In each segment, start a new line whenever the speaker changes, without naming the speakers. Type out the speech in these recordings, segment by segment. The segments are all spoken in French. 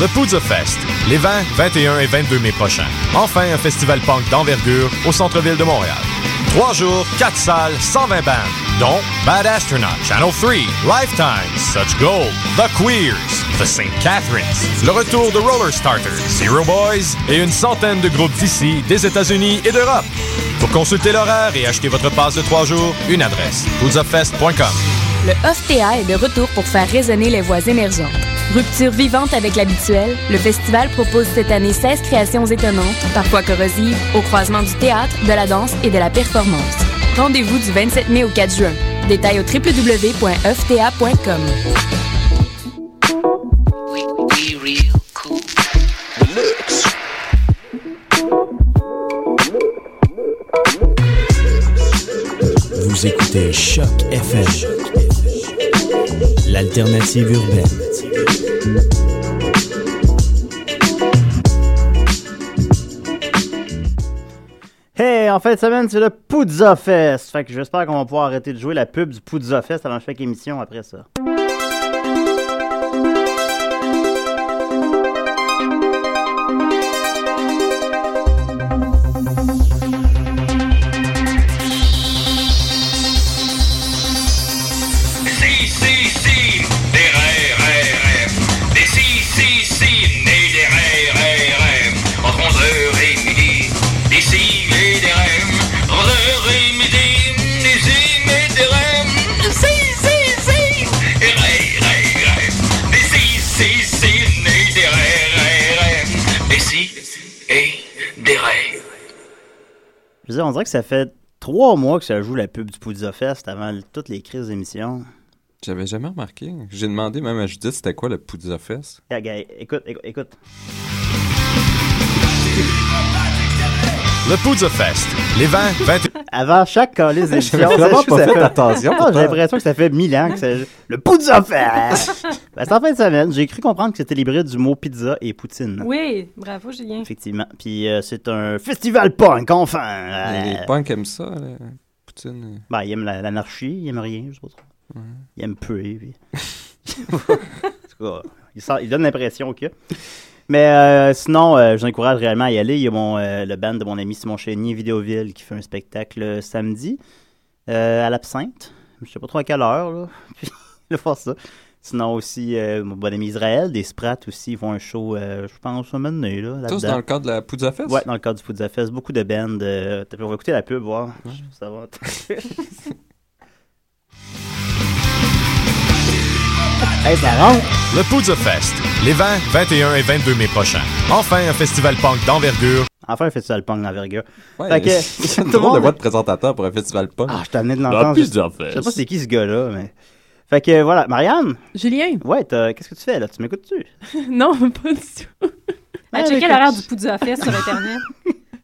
le Poudre Fest, les 20, 21 et 22 mai prochains. Enfin, un festival punk d'envergure au centre-ville de Montréal. Trois jours, quatre salles, 120 bandes, dont Bad Astronaut, Channel 3, Lifetime, Such Gold, The Queers, The St. Catharines, le retour de Roller Starters, Zero Boys et une centaine de groupes d'ici, des États-Unis et d'Europe. Pour consulter l'horaire et acheter votre passe de trois jours, une adresse, poudzafest.com.
Le OFTA est de retour pour faire résonner les voix émergentes. Rupture vivante avec l'habituel, le festival propose cette année 16 créations étonnantes, parfois corrosives, au croisement du théâtre, de la danse et de la performance. Rendez-vous du 27 mai au 4 juin. Détail au www.ofta.com.
Vous écoutez Choc FM, l'alternative urbaine.
Hey, en fin de semaine, c'est le Poudza Fest. Fait que j'espère qu'on va pouvoir arrêter de jouer la pub du Poudza Fest avant chaque émission après ça.
Si, si, si, des RRM. Des si, si, si, nés des RRM. Entre 11h et midi, des si et des RRM. Entre 11h et midi, des si et des RRM. Si, si, si, des RRM. Des si, si, si, nés des RRM. Des si et des RRM.
Je veux dire, on dirait que ça fait trois mois que ça joue la pub du Poudza Fest avant l- toutes les crises d'émissions.
J'avais jamais remarqué. J'ai demandé même à Judith c'était quoi le Poudza Fest.
Hey, gars, écoute, écoute, écoute.
Le Poudre Fest, les 20, 21...
Avant chaque calice d'émission,
J'avais
ça
vraiment
joue,
pas
ça
fait attention,
Ah,
pourtant.
J'ai l'impression que ça fait mille ans que ça joue. Le Poudza Fest! ben, c'est en fin de semaine. J'ai cru comprendre que c'était l'hybride du mot pizza et poutine.
Oui, bravo Julien.
Effectivement. Puis euh, c'est un festival punk, enfin! Euh,
Les punks aiment ça, là. Poutine.
Ben, il aime la- l'anarchie, il aime rien, je sais pas trop.
Ouais.
Il aime peu, puis... en tout cas, il, sent- il donne l'impression que... Mais euh, sinon, euh, je vous encourage réellement à y aller. Il y a mon, euh, le band de mon ami Simon Chénier, Vidéoville, qui fait un spectacle samedi euh, à l'absinthe. Je sais pas trop à quelle heure, là. Puis, il va faire ça. Sinon aussi, euh, mon bon ami Israël, des Sprats aussi, ils font un show, euh, je pense, un moment donné, là.
Tous
là-dedans.
dans le cadre de la Poudza Fest?
Ouais, dans le cadre du Food Fest, beaucoup de bands. euh, t'as- on va écouter la pub, voir. Ça va. hey, ça rentre!
Le Poudre Fest, les 20, 21 et 22 mai prochains. Enfin, un festival punk d'envergure.
Enfin, un festival punk d'envergure.
Ouais,
Fait que-
c'est une
tout le
drôle de
monde-
voix de présentateur pour un festival punk.
Ah, je t'ai amené de
La
l'entendre. Je
Poudza
je sais
Fest.
pas c'est qui ce gars-là, mais. Fait que voilà, Marianne,
Julien?
ouais, t'as- qu'est-ce que tu fais là? Tu m'écoutes-tu?
Non, pas du tout.
Ah,
Ben, checker
d'accord.
l'horaire du Poudza Fest sur Internet.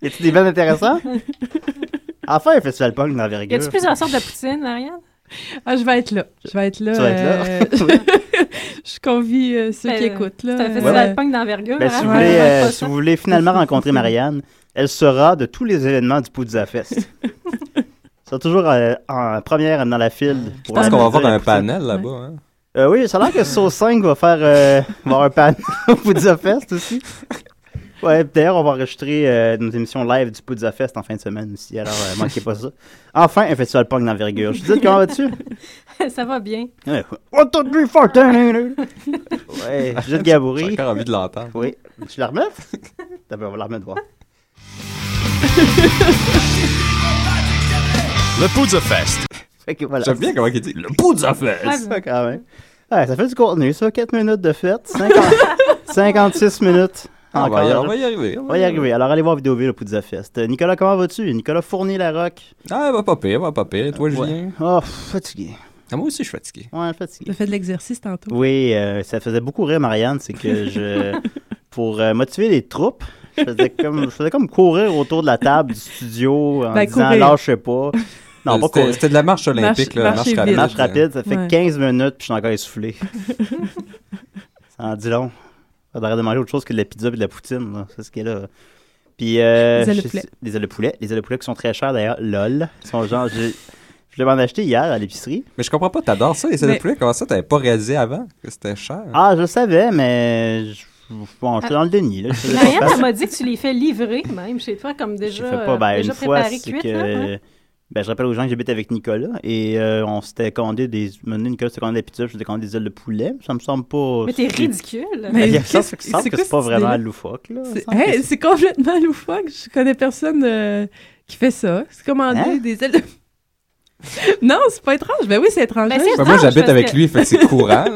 Y a-tu des bands intéressants? enfin, un festival punk
Y
d'envergure.
a-tu plusieurs sortes de poutine, Marianne?
Ah, je vais être là. Je vais être là.
Tu vas être là?
euh, je convie euh, ceux
Ben,
qui écoutent. Là,
C'est un
euh,
festival
euh,
punk d'envergure.
Ben,
hein?
si, vous
Ouais.
voulez,
Ouais,
euh,
pas
si
ça.
vous voulez finalement rencontrer Marianne, elle sera de tous les événements du Poudza Fest. Elle sera toujours euh, en première dans la file.
Je pense qu'on va avoir un
panel.
panel là-bas. Hein?
Euh, oui, ça a l'air que Sauce 5 va faire euh, va avoir un panel au Poudza Fest aussi. Ouais, d'ailleurs, on va enregistrer euh, nos émissions live du Poudza Fest en fin de semaine aussi, alors euh, manquez pas ça. Enfin, un festival punk d'envergure. Je te dis, comment vas-tu?
Ça va bien.
Ouais, One, two, three, four, ten, eight, eight. Ouais, Judith
J'ai
Gaboury.
encore envie de l'entendre.
Oui. Tu la remets? T'as bien, on va la remettre voir.
Le Poudre Fest,
Fait que voilà.
J'aime bien comment il dit le Poudza Fest.
Ouais,
ça quand même. Ouais, ça fait du contenu, ça. 4 minutes de fête. 50 56 minutes.
on, va y,
Encore.
on va y arriver.
On va y arriver. Alors, allez voir Vidéoville au Poudza Fest. Euh, Nicolas, comment vas-tu? Nicolas Fournier-Larocque.
Ah, elle va pas pire, elle va pas pire. Et Toi,
Ouais.
Julien?
Oh, fatigué.
Ah, moi aussi, je suis fatigué.
Ouais, fatigué.
T'as fait de l'exercice tantôt.
Oui, euh, ça faisait beaucoup rire, Marianne, c'est que je. pour euh, motiver les troupes, je faisais, comme, je faisais comme courir autour de la table du studio en
Ben,
disant
courir.
lâche pas. Non,
Euh,
pas
c'était,
courir.
c'était de la marche
Marche-
olympique, là.
marcher
rapide.
vite.
Marche rapide, ça fait
Ouais.
15 minutes, puis je suis encore essoufflé. ça en dit long. Faudrait de manger autre chose que de la pizza et de la poutine, là. C'est ce qu'elle a. Puis, euh,
Des ailes de
je-
poulet.
Des ailes de poulet. Les ailes de poulet qui sont très chères, d'ailleurs. LOL. Ils sont genre... Je, je l'ai m'en acheté hier à l'épicerie.
Mais je comprends pas, t'adores ça, les ailes
Mais-
de poulet. Comment ça, t'avais pas réalisé avant que c'était cher?
Ah, je le savais, mais... Je, Bon, je suis dans le déni. Là. Je faisais
Marianne,
pas face.
elle m'a dit que tu les fais livrer même chez toi, comme
Je
déjà,
fais pas. Ben,
euh, déjà
une fois,
préparé
c'est
cuite.
que.
là, ouais.
Ben, je rappelle aux gens que j'habite avec Nicolas et euh, on s'était commandé des. un moment donné, Nicolas s'était commandé des pizzas, je m'étais commandé des ailes de poulet. Ça me semble pas.
Mais t'es ridicule.
Mais
Ah, Il me semble
qu'est-ce-
que semble
c'est
que
quoi
c'est pas
cette idée-là?
vraiment loufoque. Là. Il me
C'est
semble que
hey, c'est complètement loufoque. Je connais personne euh, qui fait ça. C'est commander
Hein?
des ailes de... non, c'est pas étrange. Ben oui, c'est étrange.
Ben, c'est-
Ben, moi,
Non,
j'habite
parce
avec
que-
lui, fait que c'est courant. là.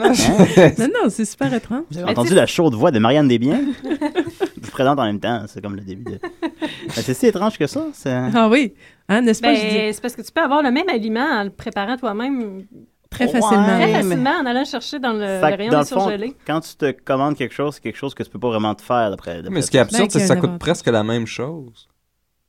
Non, non, c'est super étrange.
Vous
Mais
avez entendu
tu-
la chaude voix de Marianne Desbiens? Je vous présente en même temps, c'est comme le début de... Ben, c'est si étrange que ça, c'est...
Ah oui, hein, n'est-ce pas?
Ben,
je dis
c'est parce que tu peux avoir le même aliment en le préparant toi-même
très
ouais.
facilement.
très
mais-
facilement en allant chercher dans le, le
Fait que
rayon
dans
des
le fond,
surgelés.
quand tu te commandes quelque chose, c'est quelque chose que tu peux pas vraiment te faire d'après... d'après
Mais ce qui est
toi.
absurde, c'est que ça coûte
avantage.
presque la même chose.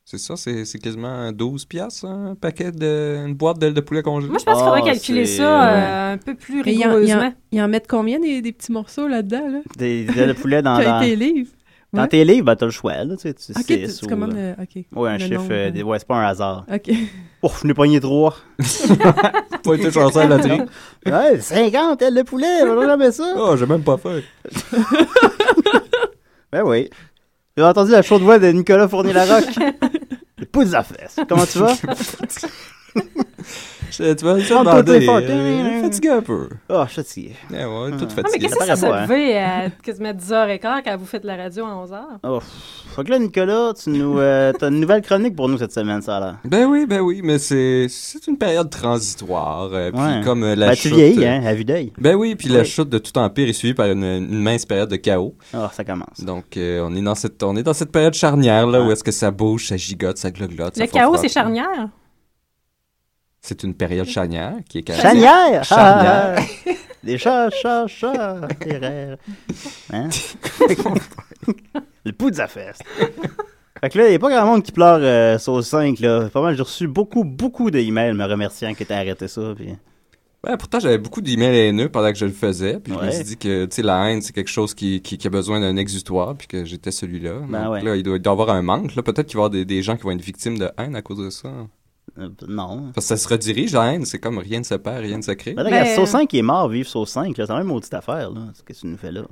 C'est ça, c'est c'est quasiment 12 piastres, hein, un paquet de... une boîte d'ailes de poulet congelées.
Moi, je pense qu'il
Ah,
faudrait calculer
c'est-
ça euh, un peu plus
Mais il y en- il y en-
rigoureusement.
Ils en mettent combien des, des petits morceaux là-dedans? Là?
Des ailes de poulet dans,
Avec
dans,
tes livres.
dans
ouais.
tes livres, ben, t'as le choix, là, tu sais, tu
Ok, tu,
six
tu
ou-
commandes. euh, ok.
Ouais, un
le
chiffre,
nombre,
euh,
euh,
des- ouais, c'est pas un hasard.
Ok.
Ouf, je n'ai pogné trois.
J'ai pas été chanceux à la loterie.
Ouais, 50 ailes de poulet, on va jamais ça.
Oh, j'ai même pas fait.
Ben oui. J'ai entendu la chaude voix de Nicolas Fournier-Larocque. Le pouce à fesse. Comment tu vas?
Je- Tu vas me
Ah, toi,
demander.
t'es fort.
euh, Fatigué un peu.
Oh, je suis fatigué.
Eh ouais, tout
Ah,
Ah, mais
fatigué.
qu'est-ce que c'est
Ça
se
paraît pas,
lever à euh, quasiment 10h15 quand vous faites la radio à 11h?
Oh, fait que là, Nicolas, tu nous, euh, t'as une nouvelle chronique pour nous cette semaine, ça, là.
Ben oui, ben oui, mais c'est c'est une période transitoire.
Ouais.
euh, Puis comme euh, la
ben,
chute.
tu vieillis, hein, à vue d'œil.
Ben oui, puis la
Oui.
chute de tout empire est suivie par une, une mince période de chaos.
Oh, ça commence.
Donc euh, on est dans cette on est dans cette période charnière là
Ouais.
où est-ce que ça bouge, ça gigote, ça gloglote.
Le
ça
chaos,
fourfrotte.
c'est charnière.
C'est une période charnière qui est quand même-
Chanière! Ah, ah,
Chanière.
ah. Des chats, chats, chats. Des rêves. Hein? Le pouls de la fesse. Fait que là, il n'y a pas grand monde qui pleure euh, sur le 5, là. Pas mal, j'ai reçu beaucoup, beaucoup d'emails me remerciant que t'as arrêté ça, puis...
Ouais, pourtant, j'avais beaucoup d'emails haineux pendant que je le faisais. Puis je me
Ouais.
suis dit que tu sais, la haine, c'est quelque chose qui, qui, qui a besoin d'un exutoire, puis que j'étais celui-là.
Ben
Donc,
ouais.
là, il doit, il doit y avoir un manque. Là, peut-être qu'il va y avoir des, des gens qui vont être victimes de haine à cause de ça.
Euh, non.
Parce que ça se redirige, la haine. C'est comme rien ne se perd, rien ne se crée.
Ben là,
Ben,
regarde, Sauce 5 est mort, vive Sauce 5, là, c'est la même maudite affaire, là. Qu'est-ce que tu nous fais là?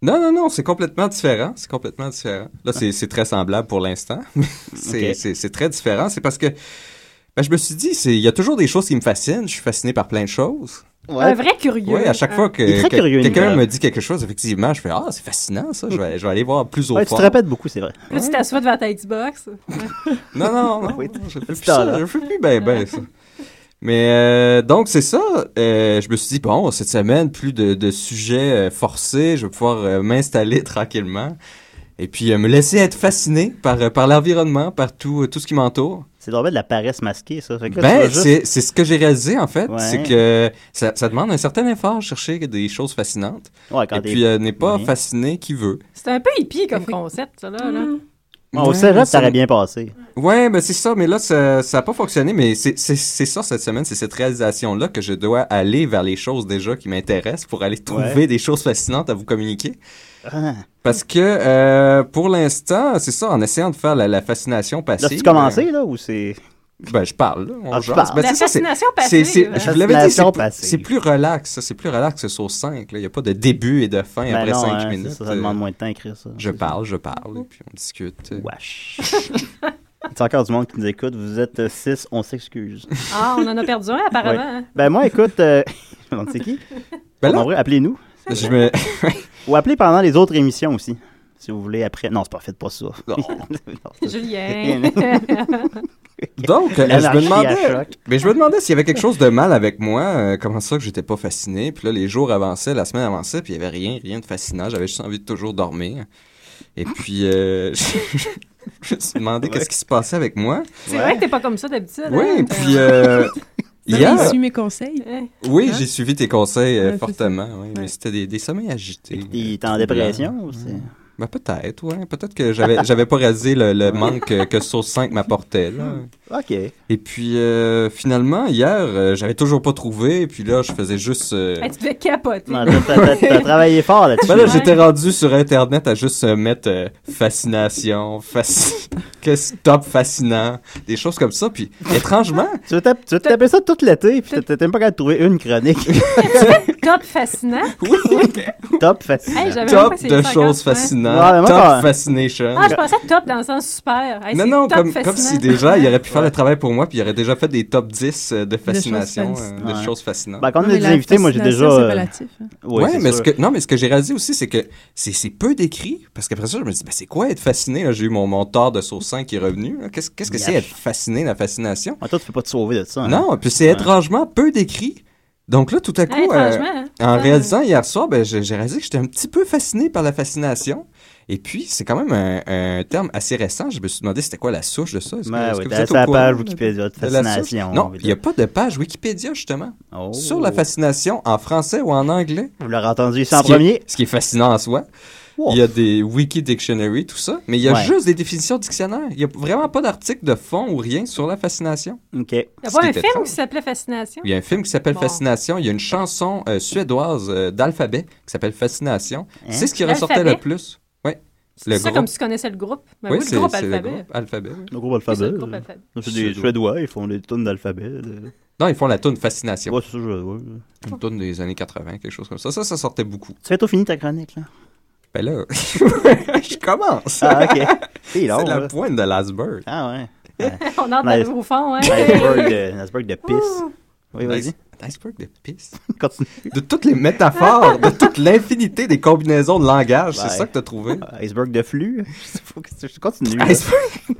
Non, non, non, c'est complètement différent. C'est complètement différent. Là, c'est c'est très semblable pour l'instant. mais c'est
Ok.
c'est- c'est très différent. C'est parce que ben, je me suis dit, c'est- il y a toujours des choses qui me fascinent. Je suis fasciné par plein de choses.
Un vrai curieux.
Oui, à chaque
Un-
fois que,
Il est très
que
curieux,
quelqu'un
Nicolas.
me dit quelque chose, effectivement, je fais Ah, c'est fascinant ça, je vais, je vais aller voir plus au
Ouais, tu
fond.
te répètes beaucoup, c'est vrai.
Là, tu t'assois devant ta Xbox.
Non, non, non,
Oui,
je fais plus
temps,
ça,
là.
je fais plus ben, ben ça. Mais euh, donc, c'est ça, euh, je me suis dit, bon, cette semaine, plus de, de sujets euh, forcés, je vais pouvoir euh, m'installer tranquillement et puis euh, me laisser être fasciné par, euh, par l'environnement, par tout, euh, tout ce qui m'entoure.
C'est normal de la paresse masquée, ça. Fait que là, tu vas
Ben,
juste-
c'est c'est ce que j'ai réalisé, en fait,
Ouais.
c'est que ça, ça demande un certain effort de chercher des choses fascinantes.
Ouais, quand
et
t'es-
puis, euh, n'est pas
Ouais.
fasciné qui veut.
C'est un peu hippie comme concept, ça, là. là.
Mm.
Ouais, au
Ouais,
cégep,
ça-
ça aurait bien passé.
Ouais, ben c'est ça, mais là, ça n'a pas fonctionné, mais c'est c'est- c'est ça cette semaine, c'est cette réalisation-là que je dois aller vers les choses déjà qui m'intéressent pour aller trouver
Ouais.
des choses fascinantes à vous communiquer.
Ah.
Parce que euh, pour l'instant, c'est ça, en essayant de faire la, la fascination
Là,
passive.
tu commencé, là, ou c'est.
euh, Ben, je parle, là, on
Ah, tu
jase.
parles.
Ben,
la
c'est ça, c'est-
fascination
c'est-
passive.
c'est-
hein.
je vous l'avais dit, c'est
Fascination
plus-
passive.
c'est plus relax, ça, c'est plus relax que sur 5. Il n'y a pas de début et de fin
Ben
après
non,
5
hein,
minutes.
c'est Ça, ça
Euh,
demande moins de temps à écrire ça.
Je parle, je parle, et puis on discute.
Wesh. C'est encore du monde qui nous écoute. Vous êtes 6, on s'excuse.
Ah, on en a perdu un, apparemment. hein.
Ben, moi, écoute, euh, je me demande c'est qui
Ben
En
là,
vrai, appelez-nous.
je me...
Ou appelez pendant les autres émissions aussi. Si vous voulez, après. Non, c'est pas, faites pas ça.
Non.
Non, c'est-
Julien.
Donc, euh, je me
L'anarchie à
demandais,
choc.
mais je me demandais s'il y avait quelque chose de mal avec moi, euh, comment ça que j'étais pas fasciné. Puis là, les jours avançaient, la semaine avançait, puis il y avait rien, rien de fascinant. J'avais juste envie de toujours dormir. Et puis, euh, je, je me suis demandé qu'est-ce qui se passait avec moi.
C'est vrai que t'es pas comme ça d'habitude.
Oui,
hein.
et puis euh,
Non,
hier,
mais il suit mes conseils.
Hein?
oui, j'ai suivi tes conseils euh,
Ouais, c'est ça.
fortement. oui, mais
Ouais.
c'était des, des sommeils agités.
Il est en dépression. ou c'est-
Ben, peut-être, ouais. Peut-être que j'avais, j'avais pas réalisé le, le manque euh, que Source 5 m'apportait, là.
OK.
Et puis, euh, finalement, hier, euh, j'avais toujours pas trouvé. Et puis là, je faisais juste... euh,
Hey, tu devais capoter.
Non, t'as- T'as t'as- t'as travaillé fort là-dessus. hein.
Ben là,
Ouais.
j'étais rendu sur Internet à juste euh, mettre euh, fascination, faci- qu'est-ce- top fascinant, des choses comme ça. Puis, étrangement,
Tu veux tap- tu veux te taper ça tout l'été, puis t'as- t'as même pas capable de trouver une chronique.
Top fascinant.
oui,
Top facile.
Hey, j'avais même pas
top
essayé
de
ça
choses
encore. Ouais.
fascinantes,
Ouais, moi,
top
quand-
fascination.
Ah, je pensais top dans le sens super. Hey,
non,
c'est
non,
top
comme,
fascinant.
comme si déjà, il aurait pu faire le travail pour moi, puis il aurait déjà fait des top 10 euh, de fascination,
fascinantes.
euh, de
Ouais.
choses fascinantes.
Ben, quand on
Mais
a des
la
invités, moi j'ai déjà.
fascination,
euh,
C'est relatif. hein.
oui,
ouais,
c'est
mais
sûr.
ce que, non, mais ce que j'ai réalisé aussi, c'est que c'est c'est peu décrit, parce qu'après ça, je me dis, ben, c'est quoi être fasciné? là? J'ai eu mon mentor de Source 5 qui est revenu. là. Qu'est-ce qu'est-ce que c'est
Yach.
être fasciné, la fascination?
Ah, toi, tu peux pas te sauver de ça. hein.
Non, puis c'est étrangement peu décrit. Donc là, tout à coup,
Hey,
euh,
franchement, hein.
en réalisant hier soir, ben, j'ai j'ai réalisé que j'étais un petit peu fasciné par la fascination. Et puis, c'est quand même un, un terme assez récent. Je me suis demandé c'était quoi la souche de ça. Est-ce que-
Ben,
est-ce
oui,
que vous
t'as
êtes au
la
courant
page
de-
Wikipédia de
de la souche?
fascination.
Non, il n'y a pas de page Wikipédia, justement,
Oh.
sur la fascination en français ou en anglais.
Vous l'aurez entendu ça en
ce, qui est-
premier.
ce qui est fascinant en soi.
Wow.
Il y a des wiki dictionary, tout ça, mais il y a
Ouais.
juste des définitions dictionnaires. Il n'y a vraiment pas d'article de fond ou rien sur la fascination.
OK.
Il y a pas
ce
un
qui est
film
étrange.
qui s'appelait Fascination.
Il y a un film qui s'appelle
Bon.
Fascination. Il y a une chanson euh, suédoise euh, d'alphabet qui s'appelle Fascination.
Hein?
C'est ce qui ressortait
L'Alphabet?
le plus.
C'est
le
ça
groupe.
comme si tu connaissais le groupe. Mais
Oui,
oui,
c'est
le groupe
c'est
alphabet.
groupe Alphabet, oui.
Le groupe
Oui,
alphabet.
c'est le groupe
euh,
alphabet.
C'est des
Suédois.
Suédois, ils font des tonnes d'alphabet. euh.
Non, ils font la tune Fascination.
Ouais, c'est ça, je- ouais.
Une tune des années 80, quelque chose comme ça. Ça, ça sortait beaucoup.
Tu as tout fini ta chronique, là.
Ben là, je commence.
Ah, OK. C'est long,
c'est la
là.
pointe de l'iceberg.
Ah, ouais.
On entre
Ouais.
dans le au fond. Hein.
Iceberg de, un iceberg de pisse. Oui, vas-y.
L'iceberg de pisse.
Continue.
De toutes les métaphores, de toute l'infinité des combinaisons de langage,
Ouais.
c'est ça que t'as trouvé.
Ah, Iceberg de flux. Je sais pas, qu'est-ce que- je continue. là.
Iceberg.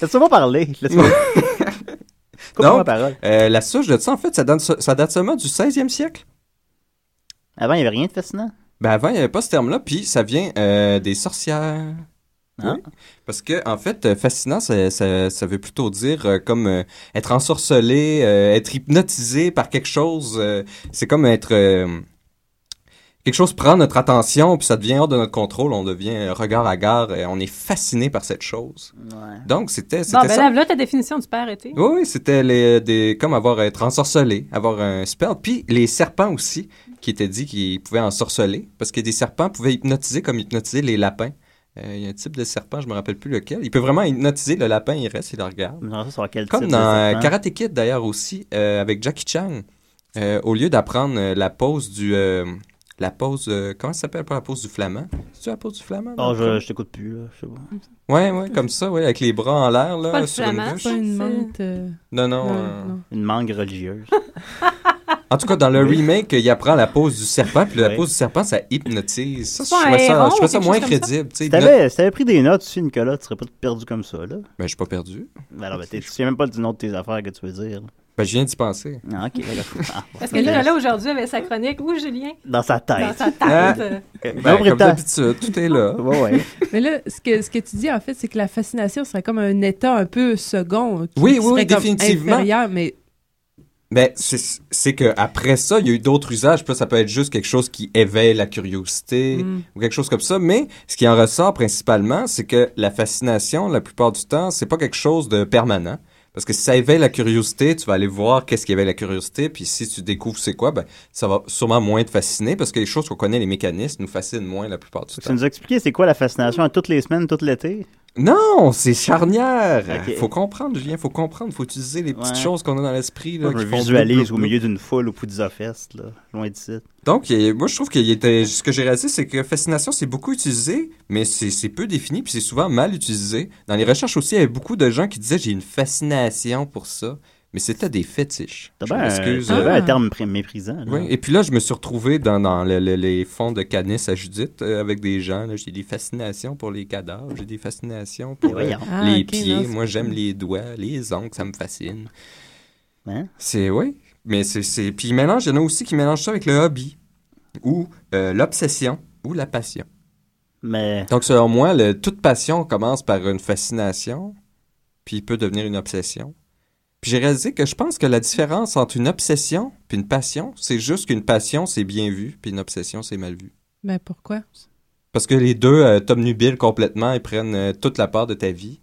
Laisse-moi parler. Laisse-moi. Coupe-moi
Donc-
la parole.
Euh, la souche de ça, en fait, ça, donne- ça date seulement du 16e siècle.
Avant, il n'y avait rien de fascinant.
Ben avant, il n'y avait pas ce terme-là, puis ça vient euh, des sorcières.
Ah.
Oui. Parce que, en fait, euh, fascinant, ça, ça, ça veut plutôt dire euh, comme euh, être ensorcelé, euh, être hypnotisé par quelque chose. euh, c'est comme être... euh, quelque chose prend notre attention, puis ça devient hors de notre contrôle, on devient euh, regard à gare, et on est fasciné par cette chose.
Ouais.
Donc, c'était c'était
Bon, ben
ça.
là, là, ta définition du père arrêté.
Oui, oui, c'était les, euh, des, comme avoir être ensorcelé, avoir un spell. Puis les serpents aussi, qui étaient dit qu'ils pouvaient ensorceler, parce que des serpents pouvaient hypnotiser comme hypnotiser les lapins. Euh, Il y a un type de serpent, je me rappelle plus lequel. Il peut vraiment hypnotiser le lapin, il reste, il le regarde.
J'aimerais ça savoir quel
Comme
type
dans
de
euh,
serpent.
Karate Kid d'ailleurs aussi, euh, avec Jackie Chan. Euh, au lieu d'apprendre euh, la pose du... euh, la pose... euh, comment ça s'appelle pas la pose du flamand? C'est-tu la pose du flamand?
Oh,
non?
je, je t'écoute plus, là. Je sais pas.
Ouais, ouais, comme ça, ouais, avec les bras en l'air, là,
Pas le
sur une
flamand.
bûche.
Pas une
Hein? C'est-
menthe. euh,
Non, non,
non,
euh,
non.
Une mangue religieuse.
En tout cas, dans le remake, il apprend la pose du serpent, puis la
Ouais.
pose du serpent, ça hypnotise. Ça, je
C'est pas un
trouvais ça,
héron
je trouvais ça
ou quelque
moins
chose comme ça?
crédible. tu sais,
Si t'avais si t'avais pris des notes dessus, Nicolas, tu serais pas perdu comme ça, là.
Ben, je suis pas perdu.
Ben alors, ben, t'es- tu sais même pas du nom de tes affaires que tu veux dire. là.
Ben, je viens d'y penser.
Ah, ok, d'accord. Ah, bon.
Parce que Nicolas, aujourd'hui, avait sa chronique. Où, Julien?
Dans sa
Dans
tête.
sa
Ah.
tête. euh,
Ben,
Hein? Non,
comme
prétend-
d'habitude, tout est là.
Ouais, ouais.
Mais là, ce que, ce que tu dis, en fait, c'est que la fascination serait comme un état un peu second. qui-
Oui,
qui
oui,
serait
oui,
comme
définitivement.
inférieur, mais
Ben, c'est c'est que après ça, il y a eu d'autres usages. Puis là, ça peut être juste quelque chose qui éveille la curiosité
Mm.
ou quelque chose comme ça. Mais ce qui en ressort principalement, c'est que la fascination, la plupart du temps, c'est pas quelque chose de permanent. Parce que si ça éveille la curiosité, tu vas aller voir qu'est-ce qui éveille la curiosité. Puis si tu découvres c'est quoi, ben, ça va sûrement moins te fasciner parce que les choses qu'on connaît, les mécanismes, nous fascinent moins la plupart du
Tu
temps.
nous as expliqué c'est quoi la fascination à toutes les semaines, tout l'été?
Non, c'est charnière.
Ok.
Faut comprendre, Julien, faut comprendre. Faut utiliser les petites
Ouais.
choses qu'on a dans l'esprit. là,
Moi, je
qui
me
font
visualise
bloup,
au
bloup,
milieu d'une foule au Poudza Fest, là, loin d'ici.
Donc, il- moi, je trouve que était, ce que j'ai réalisé, c'est que fascination, c'est beaucoup utilisé, mais c'est c'est peu défini, puis c'est souvent mal utilisé. Dans les recherches aussi, il y avait beaucoup de gens qui disaient j'ai une fascination pour ça, mais c'était des fétiches.
T'as
Je
bien, un,
m'excuse. euh,
t'as bien
Ah.
un terme pré- méprisant. là.
Oui. Et puis là, je me suis retrouvé dans, dans le- le- les fonds de Canis à Judith euh, avec des gens. là. J'ai des fascinations pour les cadavres, j'ai des fascinations
Mais
pour euh,
voyons.
Ah,
les
ok,
pieds.
non, c'est-
Moi, j'aime les doigts, les ongles, ça me fascine.
Hein?
C'est, oui. Mais c'est, c'est... Puis ils mélangent, il y en a aussi qui mélangent ça avec le hobby, ou euh, l'obsession, ou la passion.
Mais
Donc, selon moi, le- toute passion commence par une fascination, puis peut devenir une obsession. Puis j'ai réalisé que je pense que la différence entre une obsession puis une passion, c'est juste qu'une passion, c'est bien vu, puis une obsession, c'est mal vu.
ben pourquoi?
Parce que les deux euh, t'obnubilent complètement et prennent euh, toute la part de ta vie.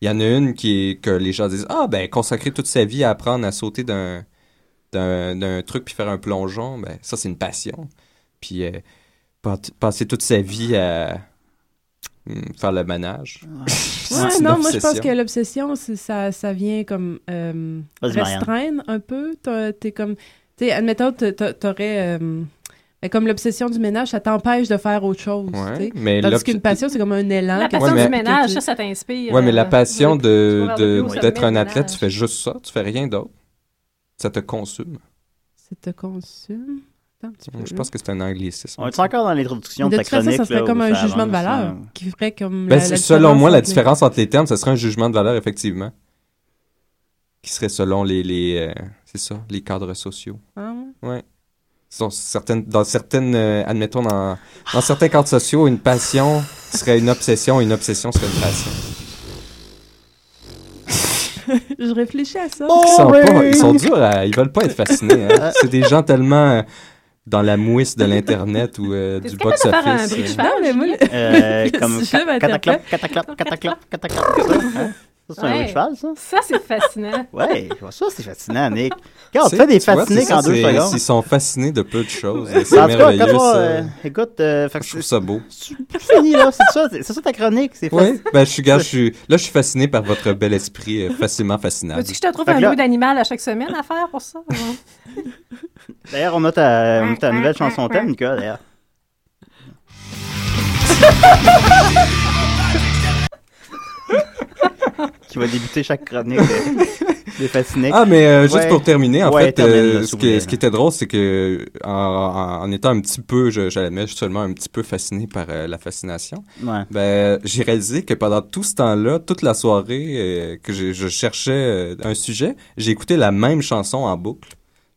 Il y en a une qui est, que les gens disent Ah, ben, consacrer toute sa vie à apprendre à sauter d'un, d'un, d'un truc puis faire un plongeon, ben, ça, c'est une passion. Puis euh, pat- passer toute sa vie à hum, faire le manage. C'est
Ouais,
une
non, moi je pense
obsession.
que l'obsession, c'est- ça, ça vient comme euh,
Vas-y, Marianne.
restreindre un peu. T'as- T'es comme, tu sais, admettons, t'a- t'a- t'aurais euh, ben, comme l'obsession du ménage, ça t'empêche de faire autre chose.
Ouais,
tu sais.
mais
Tandis
l'obs-
qu'une passion, c'est comme un élan.
La
que-
passion
mais-
du ménage, ça, ça t'inspire.
Ouais, mais la
euh,
passion
tu vas
de,
vers le plus
de-
haut sommet
d'être un
du
athlète,
village.
tu fais juste ça, tu fais rien d'autre. Ça te consume.
Ça te consume. Attends un petit peu,
Je
là.
pense que c'est un anglicisme.
On est encore dans l'introduction de,
de
ta
toute façon,
chronique?
ça serait
là,
comme
où
un
ça
jugement de
avance,
valeur
hein?
qui ferait comme.
Ben,
la-
c'est-
la
selon moi, la
entre les-
différence entre les termes, ce serait un jugement de valeur, effectivement. Qui serait selon les, les euh, c'est ça, les cadres sociaux.
Ah, ouais.
Sont certaines, dans certaines, euh, admettons, dans, dans certains cadres sociaux, une passion serait une obsession, une obsession serait une passion.
Je réfléchis à ça.
Ils sont,
Oh,
pas- ils sont durs, à- ils veulent pas être fascinés.
Euh.
hein. C'est des gens tellement euh, dans la mouisse de l'Internet ou euh,
T'es
du
capable de faire un
box-office.
bruit de
euh.
cheval,
Non, Ah, mais moi,
Julien?
Euh,
Le
comme
sujet
ca-
m'interpelle.
cataclop, cataclop, cataclop, cataclop, ça, hein? Ça, c'est un
Ouais.
jeu de cheval, ça?
Ça, c'est fascinant.
Ouais, ça, c'est fascinant, Nick. Quand on
Tu
fait Ah, des
tu vois, c'est
fascinés
ça,
en deux
c'est-
secondes.
Ils sont fascinés de peu de choses.
En
C'est
tout cas,
merveilleux,
quand on,
ça.
euh, écoute, euh, fait que
Je
c'est
trouve ça beau.
c'est fini, là, c'est ça, c'est c'est ça ta chronique, c'est
Oui, ben, je suis, gars, je suis, là, je suis fasciné par votre bel esprit, euh, facilement fascinable.
Veux-tu que je te trouve
Fait que
un
là-
bruit d'animal à chaque semaine à faire pour ça?
D'ailleurs, on a ta, on a ta nouvelle chanson thème, Nicolas, d'ailleurs. qui va débuter chaque chronique de- des fascinés.
Ah, mais euh, juste
Ouais.
pour terminer, en
Ouais,
fait,
termine,
euh,
là,
ce,
s'il vous
qui,
plaît,
ce
là.
qui était drôle, c'est que en, en- en étant un petit peu, je, je l'admets, je suis seulement un petit peu fasciné par euh, la fascination,
Ouais.
ben, j'ai réalisé que pendant tout ce temps-là, toute la soirée euh, que je, je cherchais euh, un sujet, j'ai écouté la même chanson en boucle.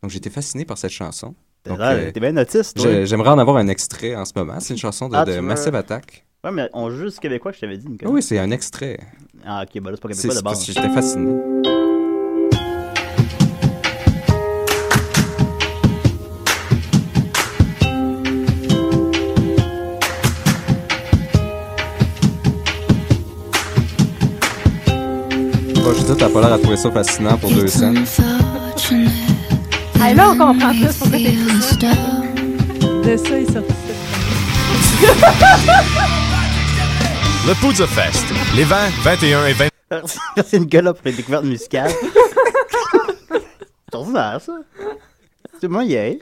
Donc, j'étais fasciné par cette chanson.
T'es
Donc,
là,
euh,
t'es bien autiste, toi.
j'ai- J'aimerais en avoir un extrait en ce moment. C'est une chanson de,
Ah, tu
de
veux-
Massive Attack.
Ouais, mais on joue juste québécois, je t'avais dit, Nicolas.
Ah oui, c'est un extrait.
Ah, ok, bah là, c'est pas québécois
C'est c'est
d'abord.
parce que j'étais fasciné. Bon, Oh, je dis, t'as pas l'air à trouver ça fascinant pour deux cents.
Ah, là, on comprend plus pourquoi t'es tout ça.
De ça, il sortit.
Le Poudre Fest, les 20, 21 et 20.
Merci Nicolas pour les découvertes musicales. C'est ordinaire, ça. C'est moyen.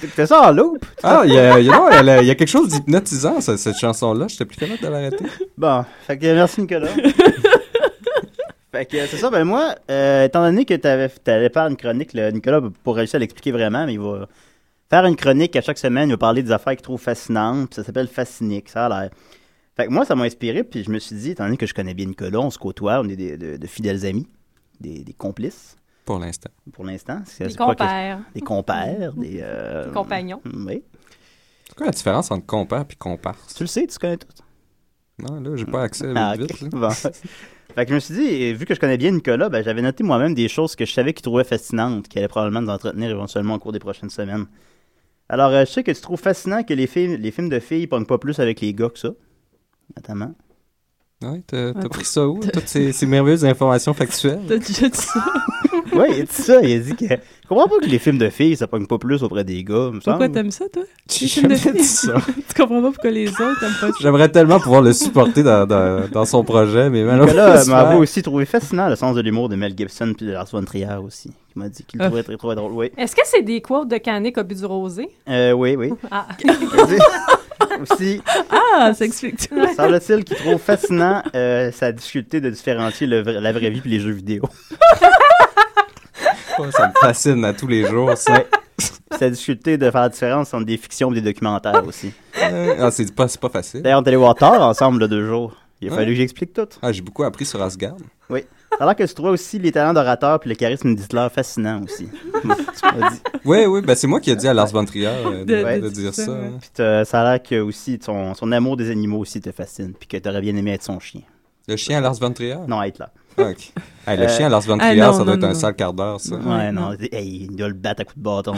Tu fais ça en loop.
Ah, il y a, il y a- non, elle a- il y a quelque chose d'hypnotisant, ça- cette chanson-là. J'étais plus capable de l'arrêter.
Bon, fait que merci Nicolas. fait que c'est ça, ben moi, euh, étant donné que t'avais, t'allais faire une chronique, là, Nicolas, pour réussir à l'expliquer vraiment, mais il va faire une chronique à chaque semaine, il va parler des affaires qu'il trouve fascinantes, puis ça s'appelle Fascinique, ça a l'air. Fait que moi, ça m'a inspiré, puis je me suis dit, étant donné que je connais bien Nicolas, on se côtoie, on est des, de, de fidèles amis, des, des complices,
Pour l'instant.
pour l'instant. C'est-
Des
c'est pas que-
compères,
des compères, des... euh,
des compagnons.
Oui.
C'est quoi la différence entre compère et comparse?
Tu le sais, tu connais tout.
Non, là, j'ai pas accès
Ah,
vite,
ok.
vite, là.
Bon. Fait que je me suis dit, et vu que je connais bien Nicolas, ben, j'avais noté moi-même des choses que je savais qu'il trouvait fascinantes, qu'il allait probablement nous entretenir éventuellement au cours des prochaines semaines. Alors, euh, je sais que tu trouves fascinant que les, filles, les films de filles pognent pas plus avec les gars que ça, notamment.
Ouais, t'as t'as
Ouais.
pris ça où? Toutes ces, ces merveilleuses informations factuelles?
T'as déjà dit ça.
Oui, il a dit ça, il a dit que... Je comprends pas que les films de filles, ça pogne pas plus auprès des gars, me
Pourquoi
semble.
t'aimes ça, toi?
J'ai
Les films de
jamais dit
filles.
ça.
tu comprends pas pourquoi les autres aiment pas ça.
J'aimerais tellement pouvoir le supporter dans, dans, dans son projet, mais
Nicolas euh,
malheureusement...
m'avait aussi trouvé fascinant le sens de l'humour de Mel Gibson puis de Lars von Trier aussi, qui m'a dit qu'il le
Ah.
trouvait très, très drôle. Oui,
Est-ce que c'est des quotes de Canic au but du rosé?
Euh, oui, oui.
Ah,
aussi,
Ah, ça explique tout.
Semble-t-il qu'il trouve fascinant euh, sa difficulté de différencier le vrai- la vraie vie puis les jeux vidéo.
ça me fascine à tous les jours, ça.
Sa difficulté de faire la différence entre des fictions et des documentaires aussi.
Euh, ah, c'est pas, c'est pas facile.
D'ailleurs, on est allé voir Thor ensemble le deux jours. Il a fallu que j'explique tout.
Ah, j'ai beaucoup appris sur Asgard.
Alors que tu trouvais aussi les talents d'orateur puis le charisme d'Hitler fascinant aussi. Tu m'as dit.
Oui, oui, ben c'est moi qui ai dit à Lars von Trier euh, de,
De-
de
de
dire
ça,
ça.
ouais.
hein.
Puis t'as- ça a l'air que aussi son, son amour des animaux aussi te fascine puis que t'aurais bien aimé être son chien.
Le chien à Lars von Trier?
Non, Hitler.
Ah, ok. Hey, le
Euh,
chien à Lars von
ah,
Trier,
non,
ça
non,
doit être
non,
un
non.
sale quart d'heure, ça.
Ouais,
Ouais,
non.
non.
Hey, il doit le battre à coups de bâton.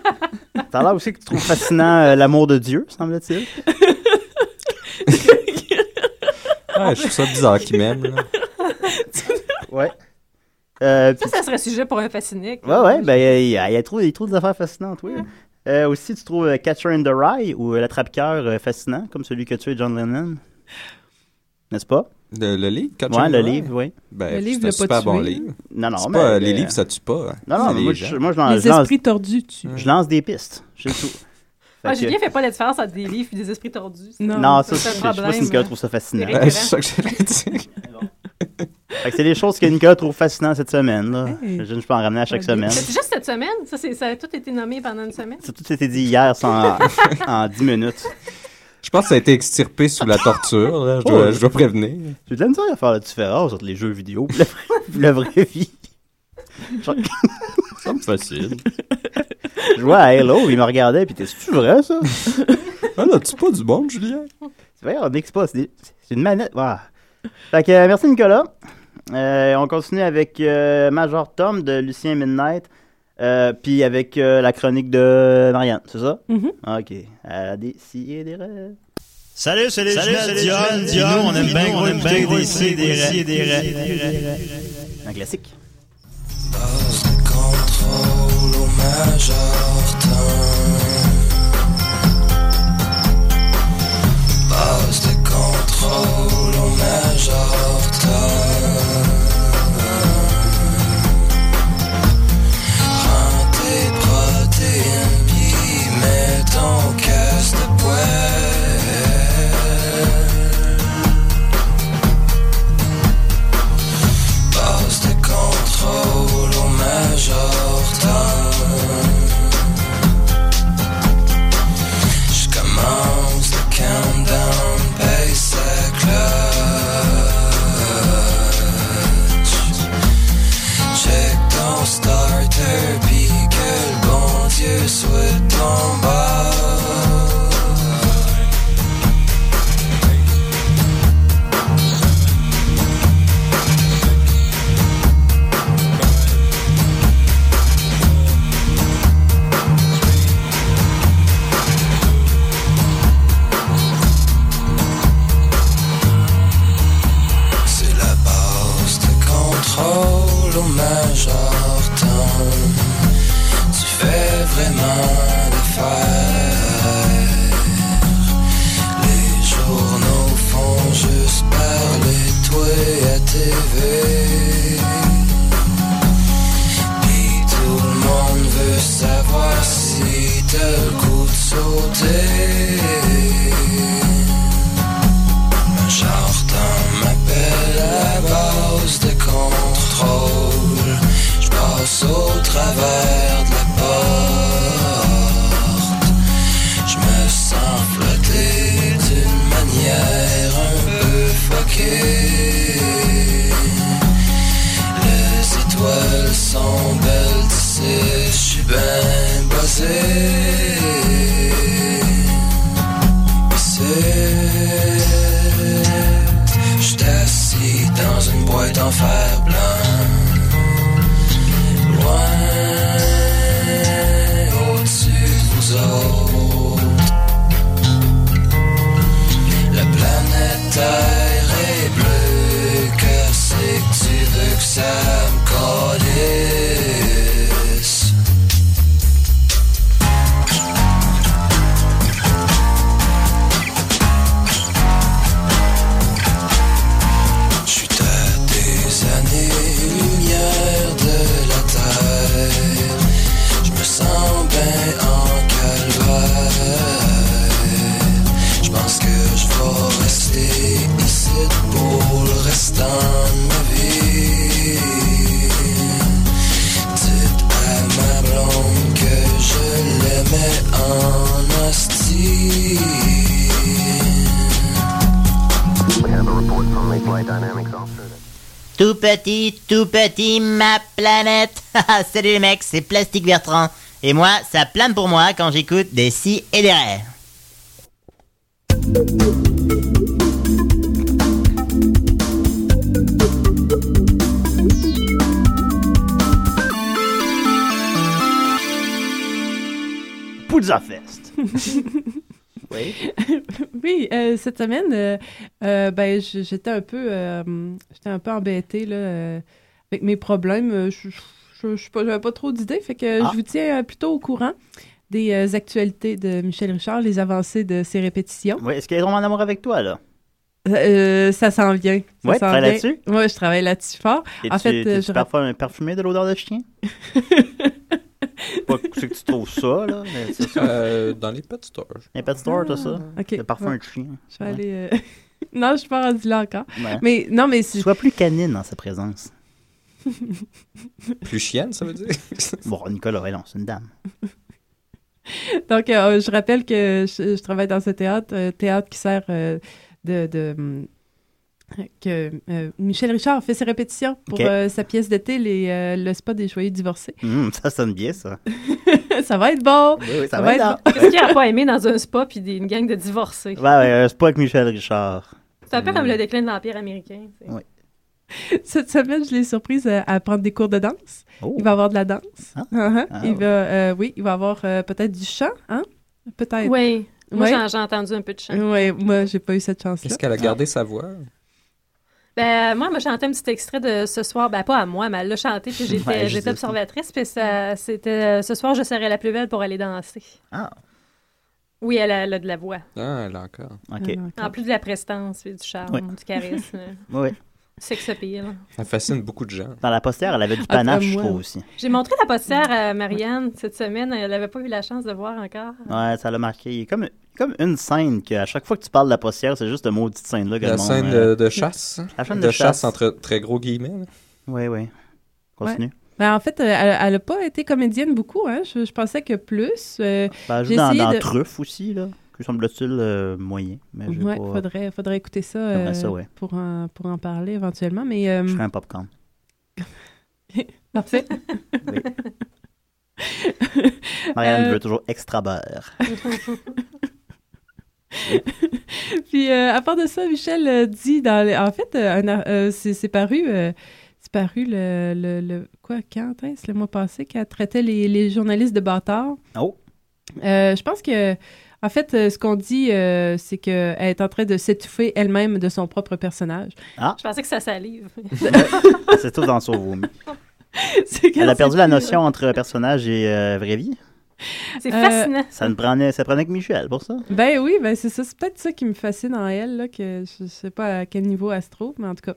ça a l'air aussi que tu trouves fascinant euh, l'amour de Dieu, semble-t-il.
Ouais, Ah, je trouve ça bizarre qu'il m'aime. là.
Ouais. Euh,
Ça, ça serait sujet pour un fascinique.
Ouais, ouais, ben, il y a, il y a trop- il trouve des affaires fascinantes, oui. Euh, aussi, tu trouves euh, Catcher in the Rye ou euh, l'attrape-cœur euh, fascinant, comme celui que tu es, John Lennon. N'est-ce pas?
Le, le livre, Catcher
ouais,
in the
le
Rye?
livre, oui.
Ben,
Le livre
c'est un
l'a pas
super
tué.
bon livre.
Non, non,
C'est
mais.
pas,
euh,
les livres, ça tue pas. hein.
Non,
C'est
Ah, non, Mm.
les
moi,
gens.
je, moi, je lance,
Les
je lance-
esprits tordus, tu.
je lance des pistes. Je sais tout. Fait
Ah,
que-
j'ai bien fait pas la différence entre des livres et des esprits tordus.
Non.
Non,
c'est
ça,
un
c'est- je sais
problème.
pas si Nicolas trouve ça fascinant.
Ouais.
Ouais, c'est ça que j'allais dire.
Fait que c'est les choses que Nicolas trouve fascinantes cette semaine, là.
Hey.
Je, je peux en ramener à chaque
Ça va bien.
semaine.
C'est juste cette semaine? Ça, c'est- ça a tout été nommé pendant une semaine?
C'est tout s'était dit hier sans- en 10 minutes.
Je pense que ça a été extirpé sous la torture. là. Je, dois,
Oh.
je dois prévenir.
J'ai de la misère à faire la différence entre les jeux vidéo et la, puis la vraie vie.
Ça me fascine.
Je jouais à Halo, il me regardait, puis t'es c'est vrai ça?
Ah, là, tu pas du bon, Julien?
C'est vrai, on dit que c'est pas, c'est des- c'est une manette. Wow. Fait que, euh, merci Nicolas. Euh, on continue avec euh, Major Tom de Lucien Midnight, euh, puis avec euh, la chronique de Marianne, c'est ça?
Mhm.
Ok. Elle a des si et des rêves.
Salut, c'est les jumelles Dion, Dion, on aime bien gros, on aime bien des si et des rêves.
Un classique.
ben Tout petit, tout petit, ma planète. Haha, Salut les mecs, c'est Plastique Bertrand. Et moi, ça plane pour moi quand j'écoute des si et des rêves.
Pouza Fest.
Oui.
oui, euh, cette semaine, euh, euh, ben, j- j'étais un peu, euh, j'étais un peu embêtée là, euh, avec mes problèmes. Euh, Je je- je- je- j'avais pas trop d'idées, fait que
Ah.
je vous tiens euh, plutôt au courant des euh, actualités de Michel Richard, les avancées de ses répétitions.
Ouais, Est-ce qu'elle est vraiment en amour avec toi, là?
Euh, ça s'en vient. Ça
Ouais,
s'en
tu travailles
vient.
là-dessus?
Ouais, je travaille là-dessus fort.
Et
en
tu,
fait, euh, je
t'es-tu
rapp-
parfois un parfumé de l'odeur de chien? Pas que c'est que tu trouves ça, là. mais c'est ça.
Euh, dans les petits torches.
Un pet store, t'as ça?
Ok.
Le parfum
Ouais.
de chien.
Je vais aller. euh, non, je suis pas rendue là encore.
hein? Ouais.
Mais non, mais c'est-
Sois plus canine dans sa présence.
Plus chienne, ça veut dire?
Bon, Nicolas, ouais, non, c'est une dame.
Donc, euh, je rappelle que je, je travaille dans ce théâtre, euh, théâtre qui sert euh, de. de, hum, que euh, Michel Richard fait ses répétitions pour
Ok.
euh, sa pièce d'été, les, euh, le spa des joyeux divorcés.
Hum, ça sonne bien, ça.
ça va être bon!
Oui, oui, ça, va être. bon.
Qu'est-ce qu'il a pas aimé dans un spa puis des- une gang de divorcés?
Ouais, ouais, euh, c'est pas avec Michel Richard.
C'est un peu comme le déclin de l'Empire américain. tu sais.
Ouais.
Cette semaine, je l'ai surprise à, à prendre des cours de danse.
Oh.
Il va avoir de la danse.
Ah.
Uh-huh.
Ah,
il
oui.
va, euh, oui, il va avoir euh, peut-être du chant, hein? Peut-être.
Oui. Moi,
Ouais.
j'en- j'ai entendu un peu de chant.
Ouais, moi, j'ai pas eu cette chance-là.
Est-ce qu'elle a gardé sa voix?
Ben, moi, moi, chanté un petit extrait de ce soir. Ben, pas à moi, mais elle l'a chanté, puis j'étais
Ouais, je
j'étais
sais.
observatrice, puis ça- c'était euh, ce soir, je serai la plus belle pour aller danser.
Ah,
Oui, elle a, elle a de la voix.
Ah, elle a encore.
ok.
Ah,
En plus de la prestance, puis du charme,
Ouais.
du charisme,
Oui.
du sex appeal.
Elle fascine beaucoup de gens.
Dans la postière, elle avait du
Après
panache, je
moi.
trouve aussi.
J'ai montré la postière à Marianne cette semaine. Elle n'avait pas eu la chance de voir encore.
Ouais, ça l'a marqué. Il y a comme, comme une scène que à chaque fois que tu parles de la postière, c'est juste de maudite scène-là. que le
La
monde,
scène
euh,
de, de chasse. hein?
La scène de
de chasse
chasse.
entre très gros guillemets. là.
Oui, oui. Continue.
Ben, en fait, euh, elle, elle a pas été comédienne beaucoup, hein? Je, je pensais que plus. euh,
Ben, elle joue
J'ai
dans,
essayé
dans
de-
Truffe aussi, là, que semble-t-il euh, moyen. Mais j'ai
Ouais,
pas...
faudrait, faudrait écouter ça,
J'aimerais
euh,
ça, ouais.
pour, en, pour en parler éventuellement. Mais euh,
Je ferai un popcorn.
parfait.
Marianne
Euh,
veut toujours extra beurre.
Puis euh, à part de ça, Michel euh, dit dans les- en fait, euh, un ar- euh, c'est c'est paru, euh, c'est paru le, le, le- quoi quand est-ce le mois passé qu'elle traitait les, les journalistes de bâtards.
Oh.
Euh, je pense que en fait, euh, ce qu'on dit, euh, c'est qu'elle est en train de s'étouffer elle-même de son propre personnage.
Je pensais que ça salive.
C'est tout dans son vomi.
C'est qu'elle
Elle a perdu la
s'étouffe.
notion entre personnage et euh, vraie vie.
C'est
Euh,
fascinant.
Ça ne prenait, ça prenait que Michel pour ça.
Ben oui, ben c'est ça. C'est peut-être ça qui me fascine en elle, là, que je sais pas à quel niveau elle se trouve, mais en tout cas.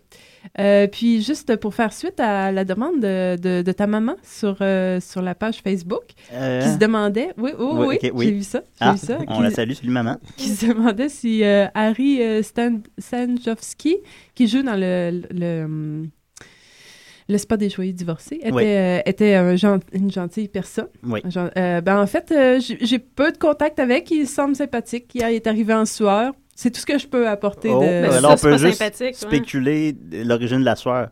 Euh, puis juste pour faire suite à la demande de, de- de ta maman sur, euh, sur la page Facebook,
Euh,
qui se demandait, oui, oh,
Oui,
oui,
ok, oui.
j'ai vu ça, j'ai
ah,
vu ça,
on la
qui,
salue, salut maman.
qui se demandait si euh, Harry euh, Stan- Stanjowski, qui joue dans le... le, le le spa des joyeux divorcés était,
Oui.
euh, était un gen- une gentille personne.
Oui.
Genre, euh, ben en fait, euh, j'ai j'ai peu de contact avec. Il semble sympathique. Il est arrivé en sueur. C'est tout ce que je peux apporter
Oh,
de
Ben,
euh,
ça,
là, on
c'est
peut
pas
juste
sympathique, hein. ouais.
spéculer de l'origine de la soeur.